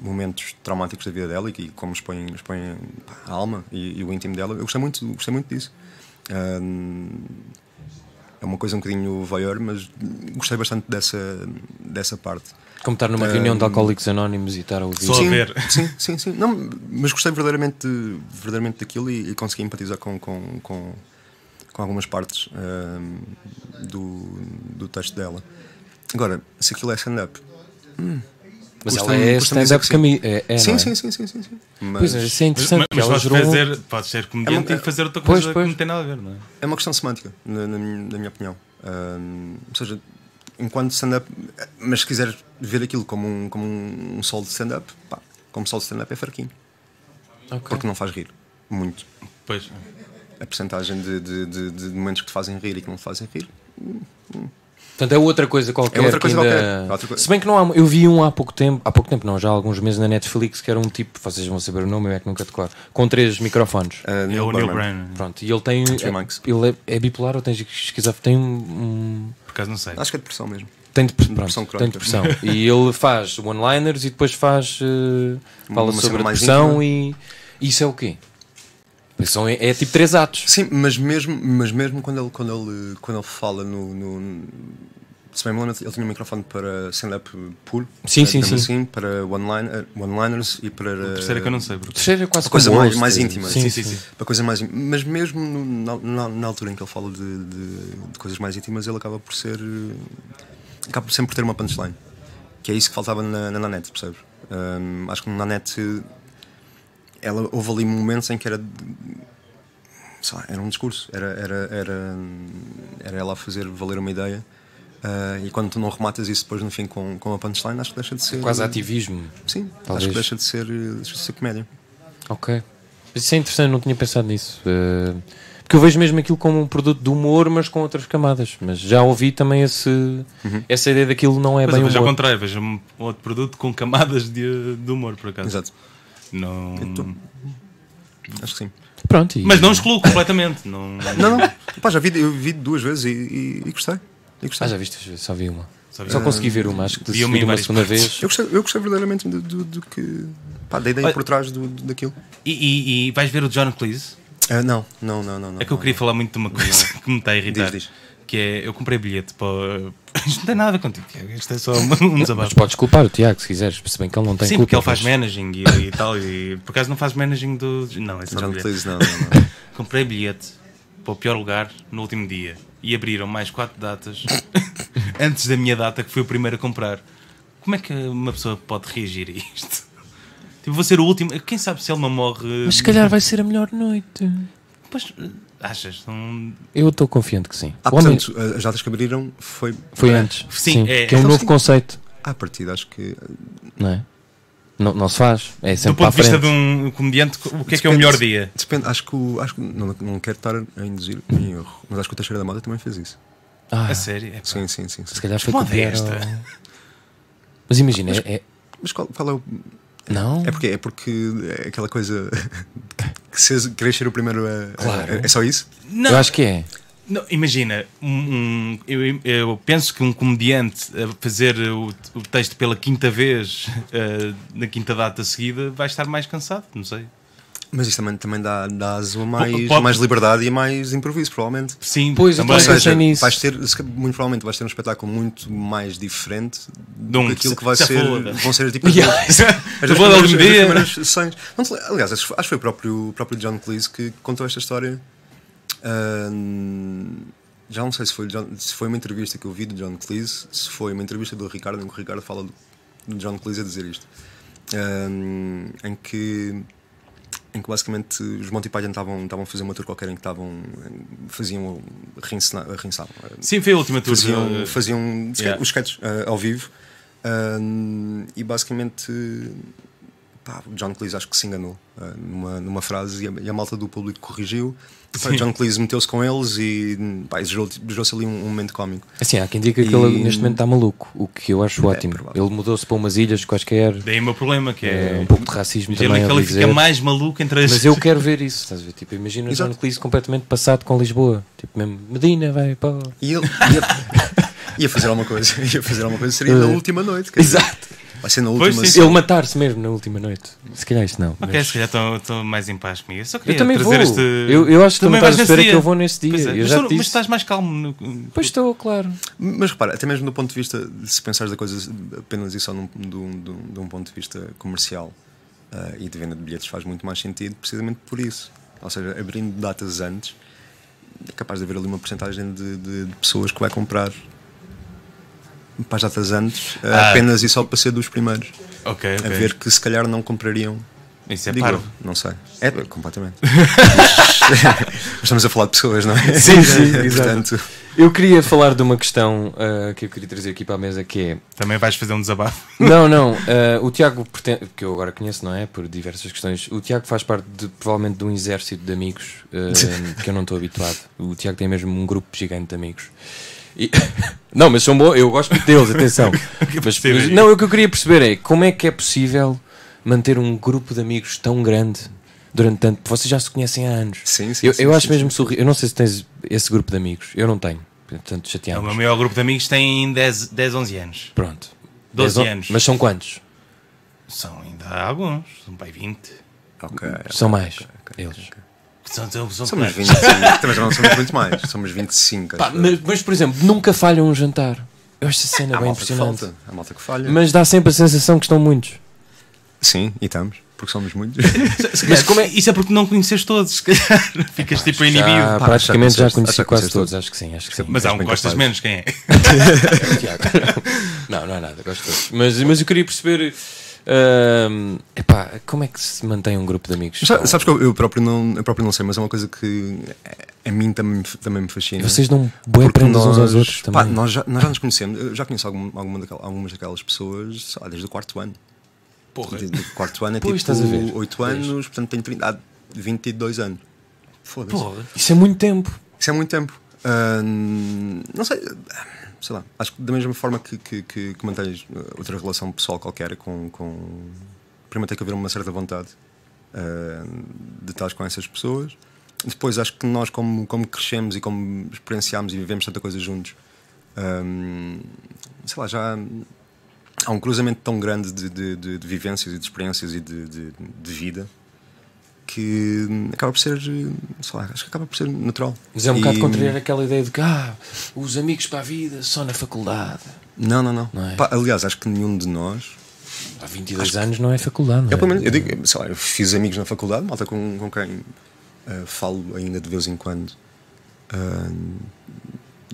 momentos traumáticos da vida dela e, que- como expõe, expõe pá, a alma e, e o íntimo dela. Eu gostei muito, gostei muito disso. Ah, é uma coisa um bocadinho voyeur, mas gostei bastante dessa, dessa parte.
Como estar
Ah,
numa reunião de alcoólicos anónimos e estar a ouvir.
Só-
sim,
ver.
sim, sim, sim. Não, mas gostei verdadeiramente, de- verdadeiramente daquilo e, e consegui empatizar com, com, com, com algumas partes ahm, do, do texto dela. Agora, se aquilo é stand-up. hum,
Mas ela
custa-me-
é
custa-me dizer
stand-up
que sim.
cami- é, é,
sim,
não é?
sim, sim, sim, sim, sim. Mas
Pois é, isso é
Mas,
interessante.
mas
que ela
podes,
gerou um-
fazer, podes ser comediante
É uma-
e fazer outra
Pois,
coisa
pois.
que não tem nada a ver, não é?
É uma questão semântica, na, na minha, na minha opinião. Ahm, ou seja, enquanto stand-up, mas se quiser ver aquilo como um, como um, um solo de stand-up, pá, como solo de stand-up é fraquinho,
Ok.
porque não faz rir muito.
Pois.
A porcentagem de, de- de- de momentos que te fazem rir e que não te fazem rir.
Portanto, é outra coisa qualquer.
É outra
que
coisa
ainda-
qualquer. É outra coisa.
Se bem que não há. Eu vi um há pouco tempo, há pouco tempo não, já há alguns meses na Netflix, que era um tipo, vocês vão saber o nome, eu é que nunca declaro, com três microfones.
Ah,
É o Neil
Blomkamp.
Brennan.
Pronto, e ele tem.
Chamax.
Ele é, é bipolar ou tem esquizofrenia? Tem um. um-
Por acaso não sei.
Acho que é depressão mesmo.
tem, depre- pronto,
Depressão
tem
crónica.
depressão. e ele faz one-liners e depois faz. eh, fala
Uma
sobre
cena
a
mais
depressão e. Isso é o quê? São, é, é tipo três atos.
Sim, mas mesmo, mas mesmo quando, ele, quando, ele, quando ele fala no. no- se bem me lembro, ele tinha um microfone para stand-up puro,
Sim,
eh,
sim,
digamos
sim.
assim, para one-liner- one-liners e para.
A terceira que eu não sei. Porque...
Terceiro é quase
Uma coisa
como
mais-
os
mais
três.
íntima.
Sim, sim, sim.
para coisa mais in- mas mesmo no- na, na- na altura em que ele fala de, de- de coisas mais íntimas ele acaba por ser eh, acaba sempre por ter uma punchline que é isso que faltava na, na Nanette percebes Ahm, acho que na Nanette eh, ela houve ali momentos em que era de- sei lá, era um discurso era era era era ela a fazer valer uma ideia Ah, e quando tu não rematas isso depois no fim com, com a punchline acho que deixa de ser
Quase ativismo.
sim acho
Talvez.
que deixa de ser eh, deixa de ser comédia
Ok. Mas isso é interessante, não tinha pensado nisso. Eh, porque eu vejo mesmo aquilo como um produto de humor, mas com outras camadas. Mas já ouvi também esse, essa ideia daquilo não é
Uhum. Mas
bem
eu vejo ao
humor.
contrário, vejo um outro produto com camadas de, de humor, por acaso.
exato É
Não...
Hum.
acho que sim
Pronto, e-
Mas não excluo completamente. Não...
Não, não. Pá, já vi, eu vi duas vezes e, e- e gostei. Eu
Ah,
gostei.
já viste, só vi uma.
Só
Só,
vi
consegui ver uma, acho que
vi
se
uma
vi
em
uma
várias
segunda vez.
partes.
eu, gostei eu gostei verdadeiramente do, do- do que. Pá, da ideia
Olha-
por trás do, do- daquilo.
E, e- e vais ver o John Cleese?
Ah, não, não, não, não.
É que eu queria falar muito de uma coisa que me está a irritar.
Diz, diz.
Que é, eu comprei bilhete para... o- Isto não tem nada contigo, Tiago. Isto é só um um
Mas
desabafo.
podes culpar o Tiago se quiseres, se bem que ele não tem
Sim,
culpa.
porque ele faz
mas-
managing e, e tal. E por acaso não faz managing do... Não, é só
John
bilhete.
Cleese, não, não, não.
Comprei bilhete para o pior lugar no último dia e abriram mais quatro datas antes da minha data, que fui o primeiro a comprar. Como é que uma pessoa pode reagir a isto? Tipo, vou ser o último. Quem sabe se ele não morre.
Mas se calhar vai ser a melhor noite.
Pois, eh, achas? Não-
Eu estou confiante que sim.
Ah,
O homem-
portanto, as datas que abriram foi.
foi antes.
Sim, é-
que é um
então
novo
sim.
conceito,
À partida, acho que.
não é? Não, não se faz, é
Do
sempre para a
ponto de vista
frente.
de um comediante, o que é que é o melhor dia?
Depende, acho que. o- Acho que não, não quero estar a induzir em erro, mas acho que o Teixeira da Moda também fez isso.
Ah,
A sério? É, pá.
Sim, sim, sim. sim.
se calhar foi
Moda é
copiar
esta?
ao- Mas imagina, é- é-
Mas qual, qual é o.
não?
É porque é, porque é aquela coisa. que se querer ser o primeiro a.
Claro.
É, é só isso?
Não,
Eu acho que é.
Não, imagina, um- um- eu, eu penso que um comediante a fazer o, o texto pela quinta vez, eh, na quinta data seguida, vai estar mais cansado, não sei.
Mas isso também, também dá, dá a mais,
pode-
mais liberdade e mais improviso, provavelmente.
Sim,
Pois, então, eu
também.
também
Ou seja,
pensei nisso.
vais ter, se- muito provavelmente vais ter um espetáculo muito mais diferente
De um
do que aquilo que vai
se- né? se
ser.
foda.
Vão ser tipo. as
Yeah.
duas- as duas
Vou dar um
primeiras- as duas
dia.
primeiras sessões. Não te- Aliás, acho acho que foi o próprio, o próprio John Cleese que contou esta história. ah, Já não sei se foi, John- se foi uma entrevista que eu vi do John Cleese, se foi uma entrevista do Ricardo, em que o Ricardo fala do, do John Cleese a dizer isto. Ahm, em que em que basicamente os Monty Python estavam estavam a fazer uma tour qualquer em que estavam faziam reinsena- reinsavam
Sim, foi a última tour.
faziam,
eh,
faziam skate-
Yeah.
os sketches ah, ao vivo Ahm, e basicamente pá, o John Cleese acho que se enganou ah, numa, numa frase e a, e a malta do público corrigiu Pá, John Cleese meteu-se com eles e pá, gerou- gerou-se ali um, um momento cómico
Assim, há quem diga que
E-
ele neste momento está maluco, o que eu
É
acho ótimo.
provável.
Ele mudou-se para umas ilhas quaisquer,
Daí o meu problema, que
é,
é.
um pouco de racismo
Imagina
também.
que
ouvi
ele fica
dizer.
mais maluco entre as.
Mas eu quero ver isso, estás a ver? Tipo, imagina o
Exato.
John Cleese completamente passado com Lisboa, tipo mesmo Medina, vai pá.
e ele ia, ia fazer alguma coisa ia fazer alguma coisa seria na última noite quer dizer,
Exato.
vai ser na
Eh, Pois,
última
sim,
Ele matar-se mesmo na última noite. Se calhar isto não.
Ok,
mas-
se calhar estou- estou mais em paz comigo. Eu só queria
Eu também vou.
trazer este.
Eu, eu acho que tu não
Também
estás
vais
a perceber
nesse
é que eu vou nesse dia.
Pois é,
eu
mas,
já
tu-
te disse.
mas estás mais calmo. no-
Pois estou, claro.
Mas repara, até mesmo do ponto de vista, de se pensares da coisa apenas e só num, de, um, de um- de um ponto de vista comercial ah, e de venda de bilhetes, faz muito mais sentido precisamente por isso. Ou seja, abrindo datas antes, é capaz de haver ali uma porcentagem de, de- de pessoas que vai comprar para as datas antes, ah,
Ah.
apenas e só para ser dos primeiros.
Ok, ok.
A ver que se calhar não comprariam.
Isso é
Digo
parvo.
eu, não sei. É, completamente. Mas estamos a falar de pessoas, não é?
Sim, sim,
Portanto,
Eu queria falar de uma questão ah, que eu queria trazer aqui para a mesa que é.
Também vais fazer um desabafo.
Não, não. ah, o Tiago, pretende- que eu agora conheço, não é? Por diversas questões. O Tiago faz parte de, provavelmente de um exército de amigos ah, que eu não estou habituado. O Tiago tem mesmo um grupo gigante de amigos. E- não, mas são bons. Eu gosto muito deles, atenção. mas,
perceber
mas-
aí.
não, o que eu queria perceber é como é que é possível manter um grupo de amigos tão grande durante tanto. Vocês já se conhecem há anos.
sim, sim.
Eu,
sim,
eu
sim,
acho
sim.
mesmo sorri. Eu não sei se tens esse grupo de amigos. Eu não tenho. Portanto,
O meu
É
chateamos.
maior grupo de amigos tem 10, 10 11 anos.
Pronto.
12
Mas-
anos.
Mas são quantos?
São ainda há alguns, são bem 20.
É, Ok,
são mais. eles.
São, são, são
Somos
poucos.
25, também já não somos muito mais, somos 25.
Pá,
acho eu.
mas, mas, por exemplo, nunca falham um jantar. Eu acho essa cena
Há
bem
Ah, malta que
impressionante.
falta, há malta que falha.
Mas dá sempre a sensação que estão muitos.
Sim, e estamos, porque somos muitos.
Mas como é- Isso é porque não conheces todos, se calhar. Ficas tipo
Já,
inibido.
Pá,
praticamente
já
já,
conheceste-
conheci
já
quase
conheceste
todos. Acho que sim, acho que sim.
Mas há um
bem
que gostas
capaz.
menos, quem é?
Tiago. não, não é nada, gosto de todos. Mas, mas eu queria perceber. hum, epá, como é que se mantém um grupo de amigos?
Sa- Sabes que eu, eu próprio não, eu próprio não sei, mas é uma coisa que eh, a mim também, me f- também me fascina.
Vocês dão boas
Porque
prendas uns
nós-
aos outros
pá,
também.
nós, já, nós já nos conhecemos, eu já conheço algum, alguma daquela- algumas daquelas pessoas sei lá, desde o quarto ano.
Porra.
De- do quarto ano é
Pois, estás a ver.
tipo 8 anos, portanto tenho 30, há 22 anos. Foda-se.
Porra.
Isso é muito tempo.
Isso é muito tempo. Ahn, não sei, sei lá. Acho que da mesma forma que, que, que, que mantens eh, outra relação pessoal qualquer com. com... Primeiro tem que haver uma certa vontade ahn, de estar com essas pessoas. Depois acho que nós, como, como crescemos e como experienciamos e vivemos tanta coisa juntos, ahm, sei lá, já há um cruzamento tão grande de, de- de- de vivências e de experiências e de, de- de vida que hum, acaba por ser, eh, sei lá, acho que acaba por ser natural.
Mas é um
E-
bocado contrário àquela ideia de que ah, os amigos para a vida só na faculdade.
Não, não, não.
Não é?
Pá, aliás, acho que nenhum de nós.
Há 22 anos não é faculdade. Não é?
Eu, pelo menos, eu digo, sei lá, eu fiz amigos na faculdade, malta com, com quem eh, falo ainda de vez em quando. Ah,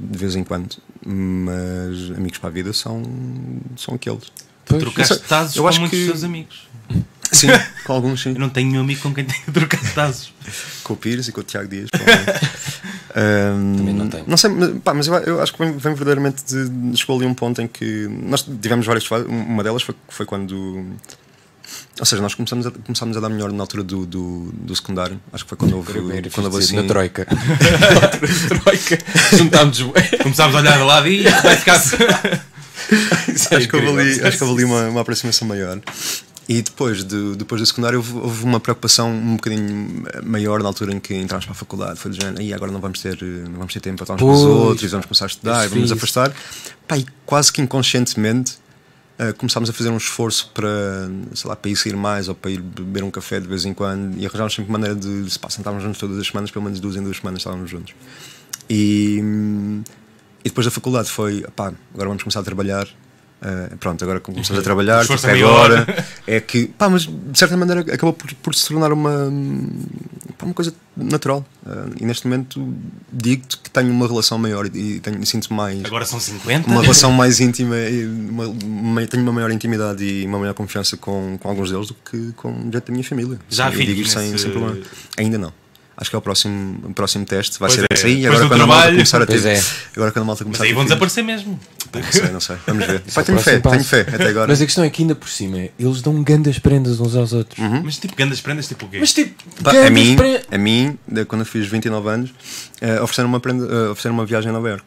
de vez em quando. Mas amigos para a vida são, são aqueles.
Pois.
Trocaste
sei.
tazos
Eu
com
acho
muitos
que-
dos teus amigos.
Sim, com alguns sim.
Eu não tenho nenhum amigo com quem tenha trocado tazos.
Com o Pires e com o Tiago Dias. provavelmente. Ahm,
Também não tenho.
Não sei, mas, pá, mas eu, eu acho que vem, vem verdadeiramente de. Chegou ali um ponto em que. Nós tivemos várias fases. Uma delas foi, foi quando. Ou seja, nós começamos a, começámos a dar melhor na altura do, do, do secundário. Acho que foi quando houve.
Eu ia
Quando houve
dizer,
assim.
Na Troika. Na troika. Juntámos.
Começámos a olhar de lado e vai ficar. assim.
acho, que houve ali, acho que houve ali uma, uma aproximação maior. E depois, do depois do secundário, houve, houve uma preocupação um bocadinho maior na altura em que entrámos para a faculdade. Foi do género, e agora não vamos ter, eh, não vamos ter tempo para estar uns com os
Pois,
outros, e vamos começar a estudar, e
eu
vamos nos
fiz.
afastar. Pá, e quase que inconscientemente eh, começámos a fazer um esforço para, sei lá, para ir sair mais ou para ir beber um café de vez em quando e arranjámos sempre maneira de, se pá, sentarmos juntos todas as semanas, pelo menos duas em duas semanas estávamos juntos. E, hum, e depois da faculdade foi, pá, agora vamos começar a trabalhar Uh, pronto, agora começamos a trabalhar,
Esforço
tipo, é
é maior.
agora. É que, pá, mas de certa maneira acabou por, por se tornar uma, hum, pá, uma coisa natural. Uh, e neste momento digo-te que tenho uma relação maior e, e tenho, sinto mais.
Agora são 50.
Uma relação mais íntima, e uma, uma- tenho uma maior intimidade e uma maior confiança com, com alguns deles do que com gente da minha família.
Já há
Eu
filhos
digo sem,
nesse-
sem problema. Ainda não. Acho que é o próximo, o próximo teste, vai
Pois
ser
é,
esse aí.
depois
Agora
do
quando, a malta
trabalho.
começar a ter,
Pois é.
agora quando a
Mas
malta começar
aí
a ter.
vão
filhos-
desaparecer mesmo.
Não sei, não sei. Vamos ver. Pá,
é o
tenho fé,
próximo passo.
tenho fé até agora.
Mas a questão é que ainda por cima eles dão grandes prendas uns aos outros.
Mas tipo, grandes prendas, tipo o quê?
Mas tipo,
Uhum. Pá,
grandes
a mim,
prendas.
a mim, de- quando eu fiz 29 anos, eh, ofereceram, uma prenda, eh, ofereceram uma viagem a Nova Iorque.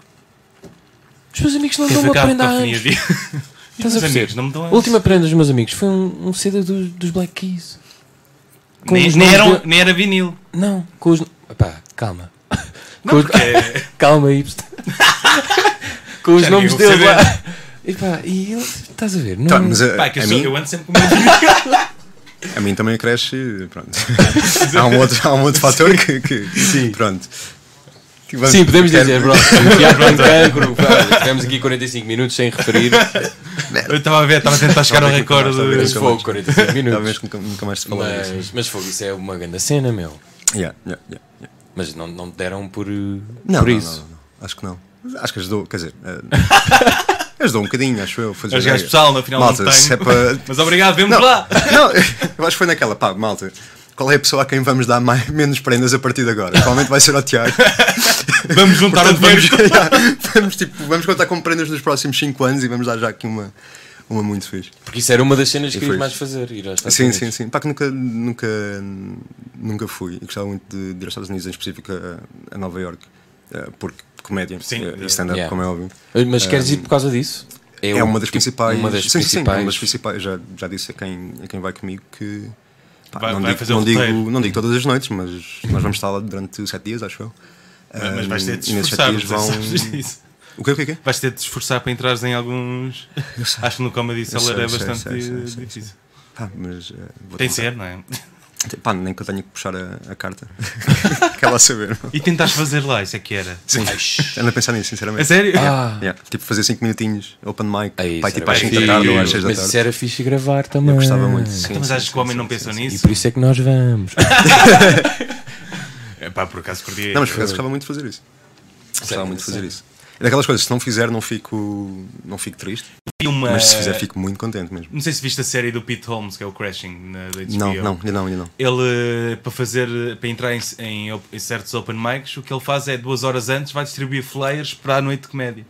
Os meus amigos não
Tem
dão uma
ficado
prenda há
com a
anos.
filhinha de- E os
Estás a
meus
perceber?
amigos não me dão
A
anos.
última prenda dos meus amigos foi um, um CD dos, dos Black Keys. Com
nem,
os
nem
nomes
era,
de-
nem era vinil.
Não, com os. Pá, calma.
Não,
Com os-
porque é-
Calma aí, pst- com os
Já
nomes
ninguém
deles
vai
lá. E pá, e ele, estás a ver? Não,
Tá, mas a,
pá, que eu,
a
sou-
mim,
eu ando sempre com medo.
a mim também cresce. Pronto. há, um outro, há um outro fator que. que- Pronto. Que vamos-
Sim, podemos
quero-
dizer, bro. Enfiar um cancro, pá, Tivemos aqui 45 minutos sem referir.
Eu estava a ver, estava a tentar chegar ao
Não, tem que
recorde.
continuar,
Mas
está a ver.
fogo, 45
Talvez
minutos.
nunca, nunca mais se falar disso.
Mas, mas fogo, isso é uma grande cena, meu.
Yeah, yeah, yeah, yeah.
Mas não, não te deram por, uh,
Não,
por
não,
isso.
não, não, não. Acho que não. Acho que ajudou, quer dizer. eh, Ajudou um bocadinho, acho eu. foi
Os
devagar.
gajos pessoal, na final
Malta,
é não
se
tenho.
é para-
Mas obrigado, vemos
Não,
lá.
não, eu acho que foi naquela, pá, malta. Qual é a pessoa a quem vamos dar mais, menos prendas a partir de agora? Provavelmente vai ser ao Tiago.
Vamos juntar o
Portanto, vamos,
dinheiro.
vamos, tipo, vamos contar com prendas nos próximos 5 anos e vamos dar já aqui uma, uma muito fixe.
Porque isso era uma das cenas que
foi
querias
isso.
mais fazer. Ir aos Estados
Sim,
Unidos.
sim, sim. Pá, que nunca, nunca, nunca fui. Eu gostava muito de, de ir aos Estados Unidos, em específico a, a Nova Iorque eh, porque comédia
Sim.
eh, e stand-up,
Yeah.
como é óbvio.
Mas queres ir por causa disso?
É uma das
tipo,
principais.
Uma das
sim,
principais.
sim, sim, é uma das principais. Já, já disse a quem, a quem vai comigo que. pá,
Vai-
não,
vai
digo,
fazer o
não, digo,
roteiro.
não digo todas as noites, mas nós vamos estar lá durante sete dias, acho eu.
Mas vais ter de
Ah, e
te
nesses
esforçar,
sete dias
não sei se
vão-
sabes disso.
O que é que é?
Vais ter de te esforçar para entrares em alguns. Acho que no Comedy
Eu sei,
Cellar é
eu sei,
bastante
sei, sei, sei,
difícil.
Pá, mas. eh, vou
Tem de
tentar.
ser, não é?
Pá, nem que eu tenha que puxar a, a carta. Quer lá saber.
E tentaste fazer lá, isso é que era.
Sim. Ando a pensar nisso,
É
sinceramente.
sério?
Ah, é
Yeah, Tipo, fazer 5 minutinhos, open mic,
aí,
pá, tipo às 5 da
bem
tarde ou às
fixe.
6 da
Mas isso
tarde.
era fixe gravar também.
Eu gostava muito. sim,
Então, mas
sim,
achas
sim,
que o homem
sim,
não
sim,
pensou
sim.
E
nisso?
por isso é que nós vamos.
É pá, por acaso curtia.
Não, mas por acaso gostava muito de fazer isso. Gostava muito de fazer isso. É daquelas coisas, se não fizer, não fico, não fico triste.
Vi uma-
Mas se fizer, fico muito contente mesmo.
Não sei se viste a série do Pete Holmes, que é o Crashing na da HBO.
Não, não, ainda não, ainda não.
Ele, eh, para fazer, eh, para entrar em, em op- em certos open mics, o que ele faz é duas horas antes vai distribuir flyers para a noite de comédia.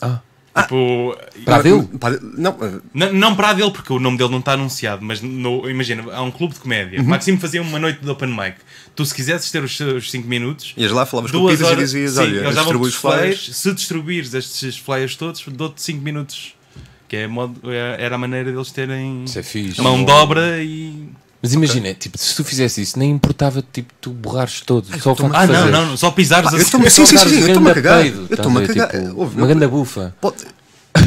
Ah.
Tipo,
Para a dele?
Pá, Não, eh,
Não, não para a dele, porque o nome dele não está anunciado, mas no- imagina, há um clube de comédia.
Uhum.
Maximo fazia uma noite de open mic. Tu, se quisesses ter os seus 5 minutos,
ias lá, falavas com o
duas
Pires e
horas.
dizias:
sim,
olha,
eles davam-te
distribui os flyers.
Se distribuires estes flyers todos, dou-te 5 minutos. Que é modo- é- era a maneira deles terem
Isso é fixe.
mão de obra e.
Mas imagina, tipo, se tu fizesse isso, nem importava tipo, tu borrares todo. só o
é
facto
Ah,
de
não,
fazer.
não, não, só pisares
Pá, Ah, eu
assim.
tô- Sim,
Só
sim, sim,
dares
sim, eu
grande
estou-me a cagar,
peido,
eu
estás
estou-me a
ver,
cagar.
tipo,
Ouve,
Uma
não-
grande bufa.
Pode-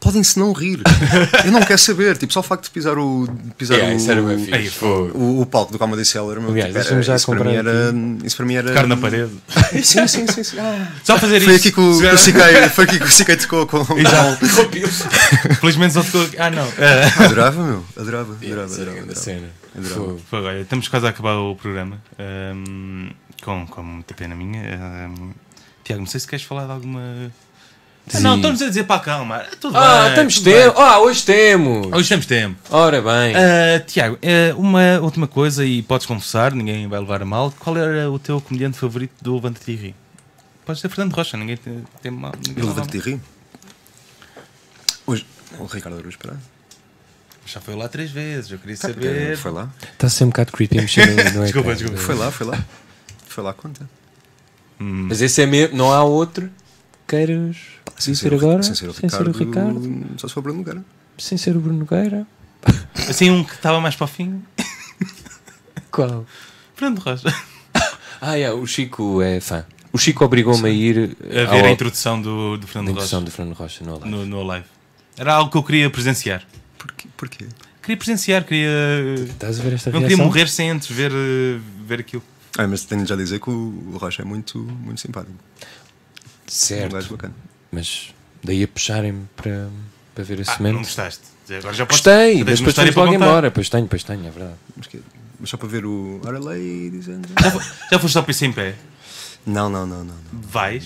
Podem-se não rir. Eu não quero saber. Tipo, só o facto de pisar o. de pisar
Yeah,
o,
É, isso era bem fixe.
Aí, fogo.
o, o palco do Comedy Cellar, meu,
Aliás,
tipo, era-
deixa-me já
isso, para mim
comprar
era, isso para mim era.
Tocar na parede.
Sim, sim, sim. sim. Ah,
Só fazer
foi,
isso.
aqui que o,
Se
que
era-
o Siquei, foi aqui que o Siquei tocou com.
Exato. Felizmente só ficou. Ah, não. Ah,
Adorava, meu. Adorava, adorava,
Isso era
adorava.
grande
adorava.
cena.
Adorava.
Fogo.
Fogo, olha, estamos quase a acabar o programa. ahm, com, com muita pena minha. ahm. Tiago, não sei se queres falar de alguma. Ah, não,
Sim.
estamos a dizer para calma. Tudo
Ah,
bem,
temos
tudo bem.
tempo. Ah, hoje temos.
Hoje temos tempo.
Ora bem.
Ah, Tiago, ah, uma última coisa e podes confessar, ninguém vai levar a mal. Qual era o teu comediante favorito do Levante Tirri? Podes ser Fernando Rocha, ninguém te- tem mal. ninguém
Eu
leva a mal.
levantei rir. Hoje. O Ricardo Aruz, espera.
Já foi lá três vezes, eu queria
Eh,
saber.
Foi lá.
Está a ser um bocado creepy a mexer no no
Desculpa,
ecrã.
desculpa.
Foi lá, foi lá. Foi lá, conta.
Mas esse é mesmo, não há outro. Queiras
Sem
dizer
o Ri-
agora?
Sem ser o
Sem ser o
Ricardo.
Ricardo.
Só se for Bruno Nogueira.
Sem ser o Bruno Nogueira.
Assim, um que estava mais para o fim,
Qual?
Fernando Rocha.
Ah, é, o Chico é fã. O Chico obrigou-me a ir
A
ao-
ver a introdução do, do
na
Fernando
introdução
Rocha
do Fernando Rocha no Alive.
no, no live. Era algo que eu queria presenciar.
Porquê? Porquê?
Queria presenciar, queria.
Estás a ver esta
Não
reação?
queria morrer sem antes ver, eh, ver aquilo.
Ah, mas tenho de já dizer que o o Rocha é muito, muito simpático. É um
Certo,
gajo bacana.
mas Daí a puxarem-me para, para ver esse
Ah, não
momento.
gostaste. Agora já podes- tens
Gostei, mas
uma
depois
história
fomos logo
para contar.
embora. Pois tenho, pois tenho, é verdade.
Mas que- mas Só para ver o Our Lady Sandra.
Já foste ao PC em pé?
Não, não, não, não. não.
Vais?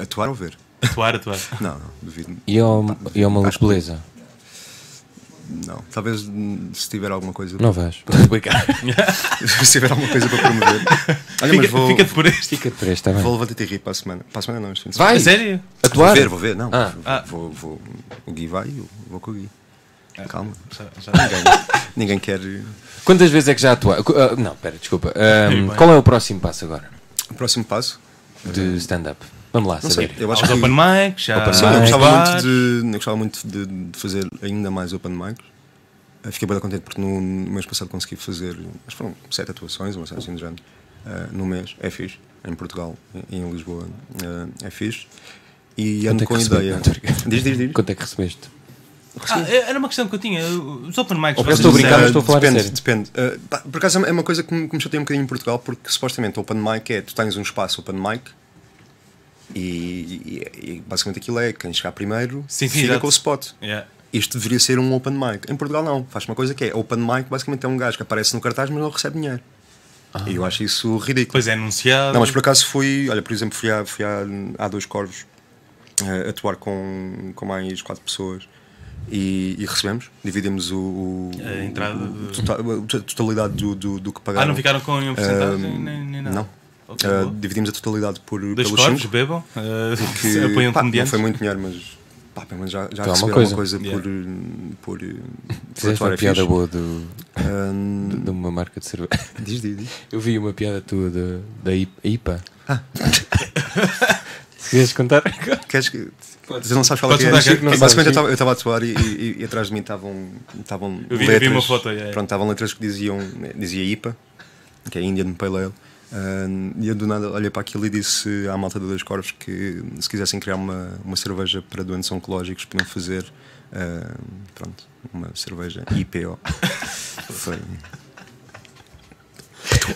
Atuar ou ver?
Atuar, atuar.
Não, não, duvido.
E ao, e ao
Ah.
Maluco Beleza?
Não. Talvez hum, se tiver alguma coisa.
Não vais. Estou a brincar.
se tiver alguma coisa para promover. Olha, mas
Fica,
vou.
fica por este.
Fica por esta,
Vou
bem.
levantar e rir para a semana. Para a semana não, isto é-
Vai!
A sério?
Vou
Atuar?
ver, vou ver, não.
Ah.
vou,
Ah.
vou- vou- o Gui vai, eu vou com o Gui. Calma.
Já- já-
Ninguém, ninguém quer. eh,
Quantas vezes é que já atuaste? não, pera, desculpa. Ah,
Tudo bem.
qual é o próximo passo agora
O próximo passo?
de stand-up? Vamos lá,
Não sei.
saber.
Eu acho
Aos
que.
open mic, já.
Open
Sim, eu
mic.
gostava
bar.
muito, Ah, então de, eu gostava muito de, de fazer ainda mais open mic. Eh, Fiquei bem contente porque no, no mês passado consegui fazer, acho que foram sete atuações, uma série assim do género, eh, no mês, é fixe, em Portugal e em Lisboa, eh, é fixe. E
Quanto
ando
é que
com a
recebeste?
ideia.
Não, tô a brincar.
Diz, diz, diz.
Quanto é que recebeste?
Ah, era uma questão que eu tinha. Os open mics.
Eu estou a brincar, mas estou a falar a
depende,
sério.
Depende. Eh, pá, por acaso é uma coisa que me, que me chateia um bocadinho em Portugal, porque supostamente open mic é tu tens um espaço open mic e, e- e basicamente aquilo é quem chegar primeiro
Sim, sim,
fica
exato.
com o spot.
Yeah.
Isto deveria ser um open mic. Em Portugal não. Faz uma coisa que é open mic, basicamente é um gajo que aparece no cartaz, mas não recebe dinheiro. E eu acho isso ridículo.
Depois é anunciado.
Não, mas por acaso fui, olha, por exemplo, fui à, fui à, à Dois Corvos eh, atuar com, com mais quatro pessoas e, e recebemos, dividimos o, o-
A entrada
o-
de-
tota- a totalidade do, do, do que pagaram.
Ah, não ficaram com nenhum porcentagem
Ahm,
nem, nem nada.
não.
Ok,
Eh,
boa.
dividimos a totalidade por,
Dois
pelos
corpos,
cinco.
bebam. Uh,
que,
apoiam
pá, não
comediantes.
foi muito dinheiro, mas pá, pelo menos já, já
Foi alguma
receberam
coisa.
alguma coisa
Yeah.
por, por, por
Fizeste
atuar,
uma
é
piada
fixe.
boa do,
Ahn,
de uma marca de cerveja.
diz, diz, diz.
Eu vi uma piada tua da- da I- IPA.
Ah.
Se quiseres contar.
Queres que. Tu não sabes qual é
Podes
que é.
contar, Chico,
não
Basicamente,
sabes,
eu
Chico.
estava- eu estava a atuar e, e- e atrás de mim estavam estavam
Eu vi- eu vi
letras.
uma foto, é, é.
Pronto, estavam letras que diziam. Dizia IPA, que é Indian Pale Ale. ahn, e eu do nada olhei para aquilo e disse à malta do Dois Corvos que se quisessem criar uma, uma cerveja para doentes oncológicos podiam fazer ahn, pronto, uma cerveja IPO. Foi.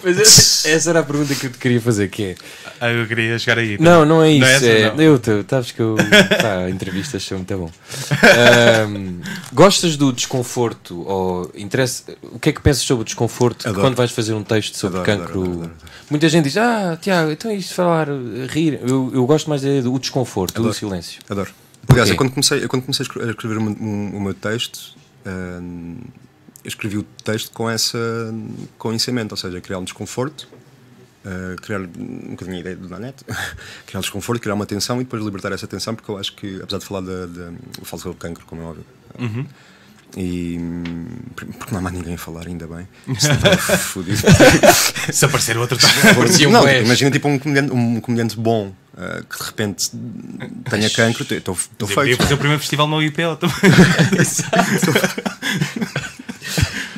Mas essa, é, essa era a pergunta que eu te queria fazer, que é...
Ah, eu queria chegar aí.
Não, não é isso.
Não
assim,
é essa,
é-
não.
Eu, tu, sabes que eu... Pá, entrevistas são muito bom. Ahm, gostas do desconforto ou interessa... O que é que pensas sobre o desconforto
Adoro.
quando vais fazer um texto sobre
Adoro, adoro,
cancro?
adoro, adoro, adoro.
Muita gente diz, ah, Tiago, então é isto falar, rir. Eu, eu gosto mais da ideia do desconforto, do
Adoro.
silêncio.
Adoro. Aliás,
Porquê?
eu quando comecei, eu quando comecei a escre- a escrever o meu- um- o meu texto, hum, eu escrevi o texto com, essa, com isso em mente, ou seja, criar um desconforto, uh, criar um bocadinho a ideia do Nanete, criar um desconforto, criar uma tensão e depois libertar essa tensão, porque eu acho que, apesar de falar da. da eu falo sobre o cancro, como é óbvio.
Uhum.
E. hum, Porque não há mais ninguém a falar, ainda bem. Senão estava fodido.
Se aparecer outro, tá.
Parecia um
Não,
Flash.
imagina tipo um comediante, um comediante bom ah, que de repente tenha cancro, estou
Eu podia
feito.
fazer o primeiro festival no IPO também.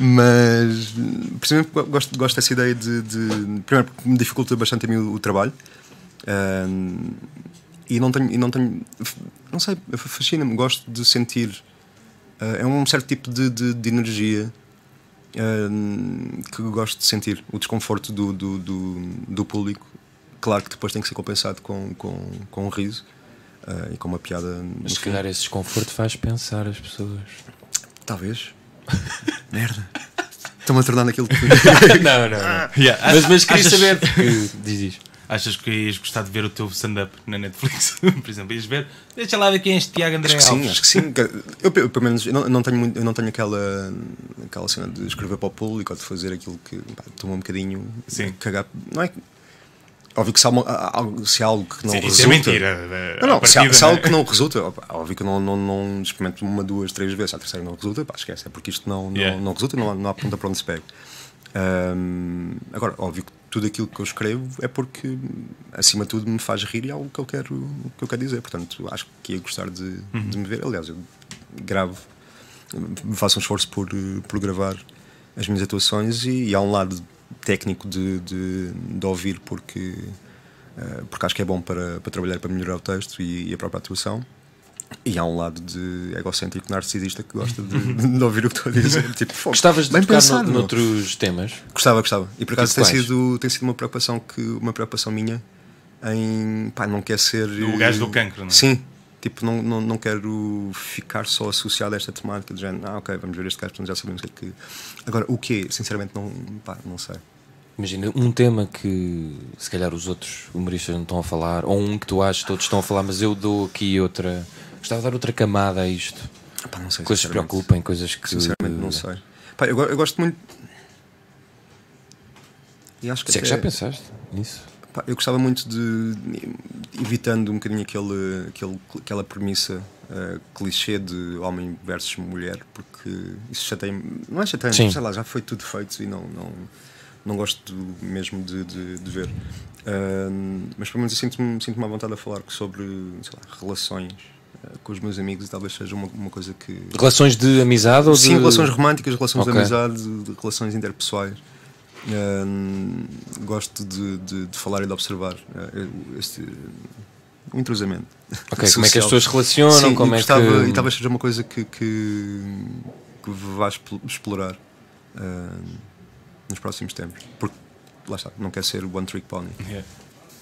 Mas precisamente porque gosto, gosto dessa ideia de, de- Primeiro porque me dificulta bastante a mim o, o trabalho. Ah, e não tenho. E não, tenho não sei, fascina-me, gosto de sentir. ah, é um certo tipo de, de- de energia ah, que gosto de sentir. O desconforto do, do, do- do público. Claro que depois tem que ser compensado com, com, com um riso ah, e com uma piada. no
Mas se
fim.
calhar esse desconforto faz pensar as pessoas.
Talvez. Merda. Estou-me a tornar naquilo que.
não, não,
Ah,
não.
Yeah.
Mas, mas queria
Achas-
saber. porque- Diz isto.
Achas que ias gostar de ver o teu stand-up na Netflix? Por exemplo, ias ver. Deixa lá ver quem é este Tiago André
Acho que sim,
Alves.
acho que sim. Eu, pe- pelo menos, eu não, eu não tenho, muito- eu não tenho aquela, aquela cena de escrever para o público ou de fazer aquilo que pá, toma um bocadinho
Sim.
a cagar. Não é que- Óbvio que se há, uma- há- algo, se há algo que não
Sim,
resulta.
isso é mentira.
Não, não,
À
se, há,
partida,
se há
não é?
algo que não resulta, opa, óbvio que eu não, não, não experimento uma, duas, três vezes, a terceira não resulta, pá, esquece, é porque isto não, não,
Yeah.
não resulta, não, há- não há ponta para onde se pega. Ahm, agora, óbvio que tudo aquilo que eu escrevo é porque, acima de tudo, me faz rir e é algo que eu quero, que eu quero dizer. Portanto, acho que ia gostar de, de me ver. Aliás, eu gravo, faço um esforço por, eh, por gravar as minhas atuações e, e há um lado técnico de, de, de ouvir porque, eh, porque acho que é bom para, para trabalhar, para melhorar o texto e, e a própria atuação. E há um lado de egocêntrico narcisista que gosta de, de ouvir o que estou a dizer. Tipo, "Fogo,
Gostavas de
bem
tocar
pensado,
no,
meu."
noutros temas?
Gostava, gostava. E por acaso
Tipo
tem,
quais?
sido, tem sido uma preocupação que uma preocupação minha em pá, não quer ser. eh,
O gajo do cancro, não é?
Sim. tipo, não, não, não quero ficar só associado a esta temática de género. Ah, ok, vamos ver este caso, portanto já sabemos o que é que. Agora, o que Sinceramente, não, pá, não sei.
Imagina, um tema que se calhar os outros humoristas não estão a falar, ou um que tu achas que todos estão a falar, mas eu dou aqui outra. Gostava de dar outra camada a isto.
Pá, não sei.
Coisas que eh,
sinceramente.
preocupem, coisas que.
Sinceramente, não sei. Pá, eu, go- eu gosto muito. E acho que
Se é que
até-
já pensaste nisso?
Pá, eu gostava muito de. evitando um bocadinho aquele, aquele, aquela premissa eh, clichê de homem versus mulher, porque isso já tem. não é já tem,
Sim.
sei lá, já foi tudo feito e não, não, não gosto do- mesmo de, de, de ver. Ah, mas pelo menos eu sinto-me sinto à vontade a falar sobre sei lá, relações eh, com os meus amigos e talvez seja uma, uma coisa que.
Relações de amizade ou de.
Sim, relações românticas, relações
Ok.
de amizade, de- relações interpessoais. Ahn, gosto de, de- de falar e de observar ah, eu- este, o entrosamento.
Ok, como é que as
social.
pessoas se relacionam?
Sim,
como
e,
é
gostava-
que.
e talvez seja uma coisa que, que, que vais expl- explorar ahn, nos próximos tempos. Porque lá está, não quer ser o One Trick Pony.
Yeah.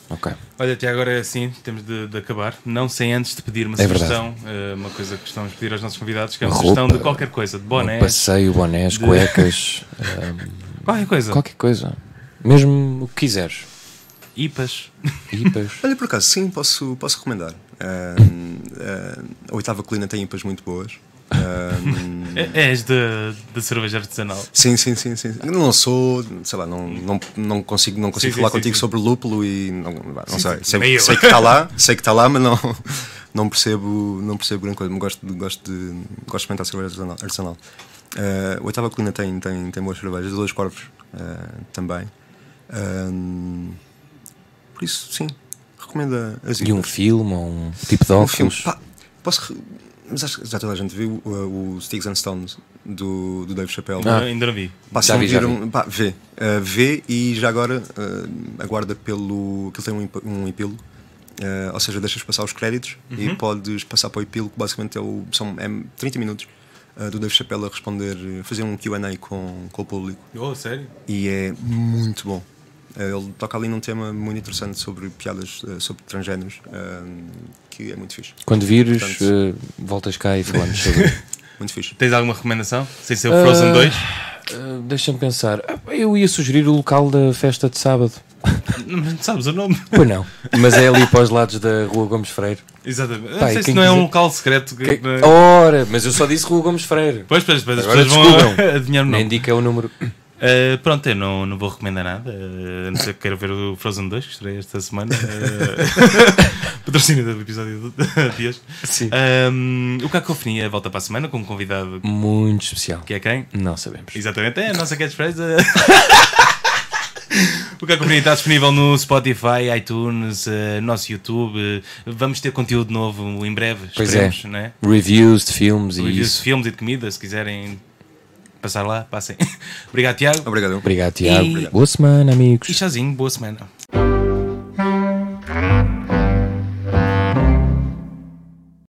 Ok.
Olha, até agora é assim, temos de, de acabar. Não sem antes de pedir uma
É
sugestão, eh, uma coisa que estamos a pedir aos nossos convidados, que é uma,
Uma
sugestão
roupa,
de qualquer coisa, de
Um
boné,
passeio, bonés, cuecas, hum,
qualquer coisa.
qualquer coisa. Mesmo o que quiseres.
Ipas.
Ipas.
Olha, por acaso, sim, posso, posso recomendar. Ahn, ahn, a oitava colina tem impas muito boas. Hum, Ahn,
É- És de, de cerveja artesanal.
Sim, sim, sim, sim. Eu Não sou, sei lá, não, não, não consigo, não consigo
Sim, sim,
falar
sim,
contigo
sim.
sobre lúpulo e não, vá, não sei.
nem
Sei,
eu.
sei que está lá, sei que está lá, mas não, não percebo, não percebo grande coisa. Mas Gosto de, gosto de, gosto de experimentar cerveja artesanal. artesanal. Eh, a oitava colina tem, tem, tem boas cervejas, dois corvos eh, também. Ahm, por isso, sim, recomendo a- as
E um
Ilhas.
filme ou um tipo de
Um filme,
óculos.
pá, posso. re- Mas acho que já toda a gente viu uh, o Sticks and Stones do, do Dave Chappelle.
Não,
Ah,
ainda não vi.
Pá, se
Já
não
vi, já
viram, pá, vê. Uh, vê e já agora uh, aguarda pelo. que ele tem um, ep- um epílogo. Uh, ou seja, deixas passar os créditos
Uhum.
e podes passar para o epílogo, que basicamente é o, são é 30 minutos uh, do Dave Chappelle a responder, uh, fazer um QA com, com o público.
Oh, sério?
E é muito bom. Uh, ele toca ali num tema muito interessante sobre piadas uh, sobre transgéneros, uh, que é muito fixe.
Quando vires,
Portanto-
eh, voltas cá e falamos sobre.
Muito fixe.
Tens alguma recomendação? Sem ser o Frozen
Ah,
2?
eh, Deixa-me pensar. Ah, Eu ia sugerir o local da festa de sábado.
Não, mas não sabes o nome.
Pois não. Mas é ali para os lados da Rua Gomes Freire.
Exatamente.
Pá,
não sei se
e quem
não é um
quiser-
local secreto. Que...
Que- Ora, mas eu só disse Rua Gomes Freire.
Pois, pois, pois, as
Agora
pessoas vão
descubram.
adivinhar o
Nem
nome.
indica o um número.
Uh, pronto, eu não, não vou recomendar nada. Uh, a não sei que quero ver o Frozen 2, que estarei esta semana. Uh, patrocínio do episódio de- de hoje.
Sim.
Um, o Cacofonia volta para a semana com um convidado
Muito especial.
que é quem?
Não sabemos.
Exatamente, é a nossa catchphrase. O Cacofonia está disponível no Spotify, iTunes, eh, nosso YouTube. Vamos ter conteúdo novo em breve,
Pois
esperemos,
é.
né?
Reviews de filmes e
Reviews de
isso.
filmes e de comida, se quiserem passar lá, passem. Obrigado, Tiago.
Obrigado.
Obrigado, Tiago.
E-
Boa semana, amigos.
E tchauzinho, boa semana.
Thank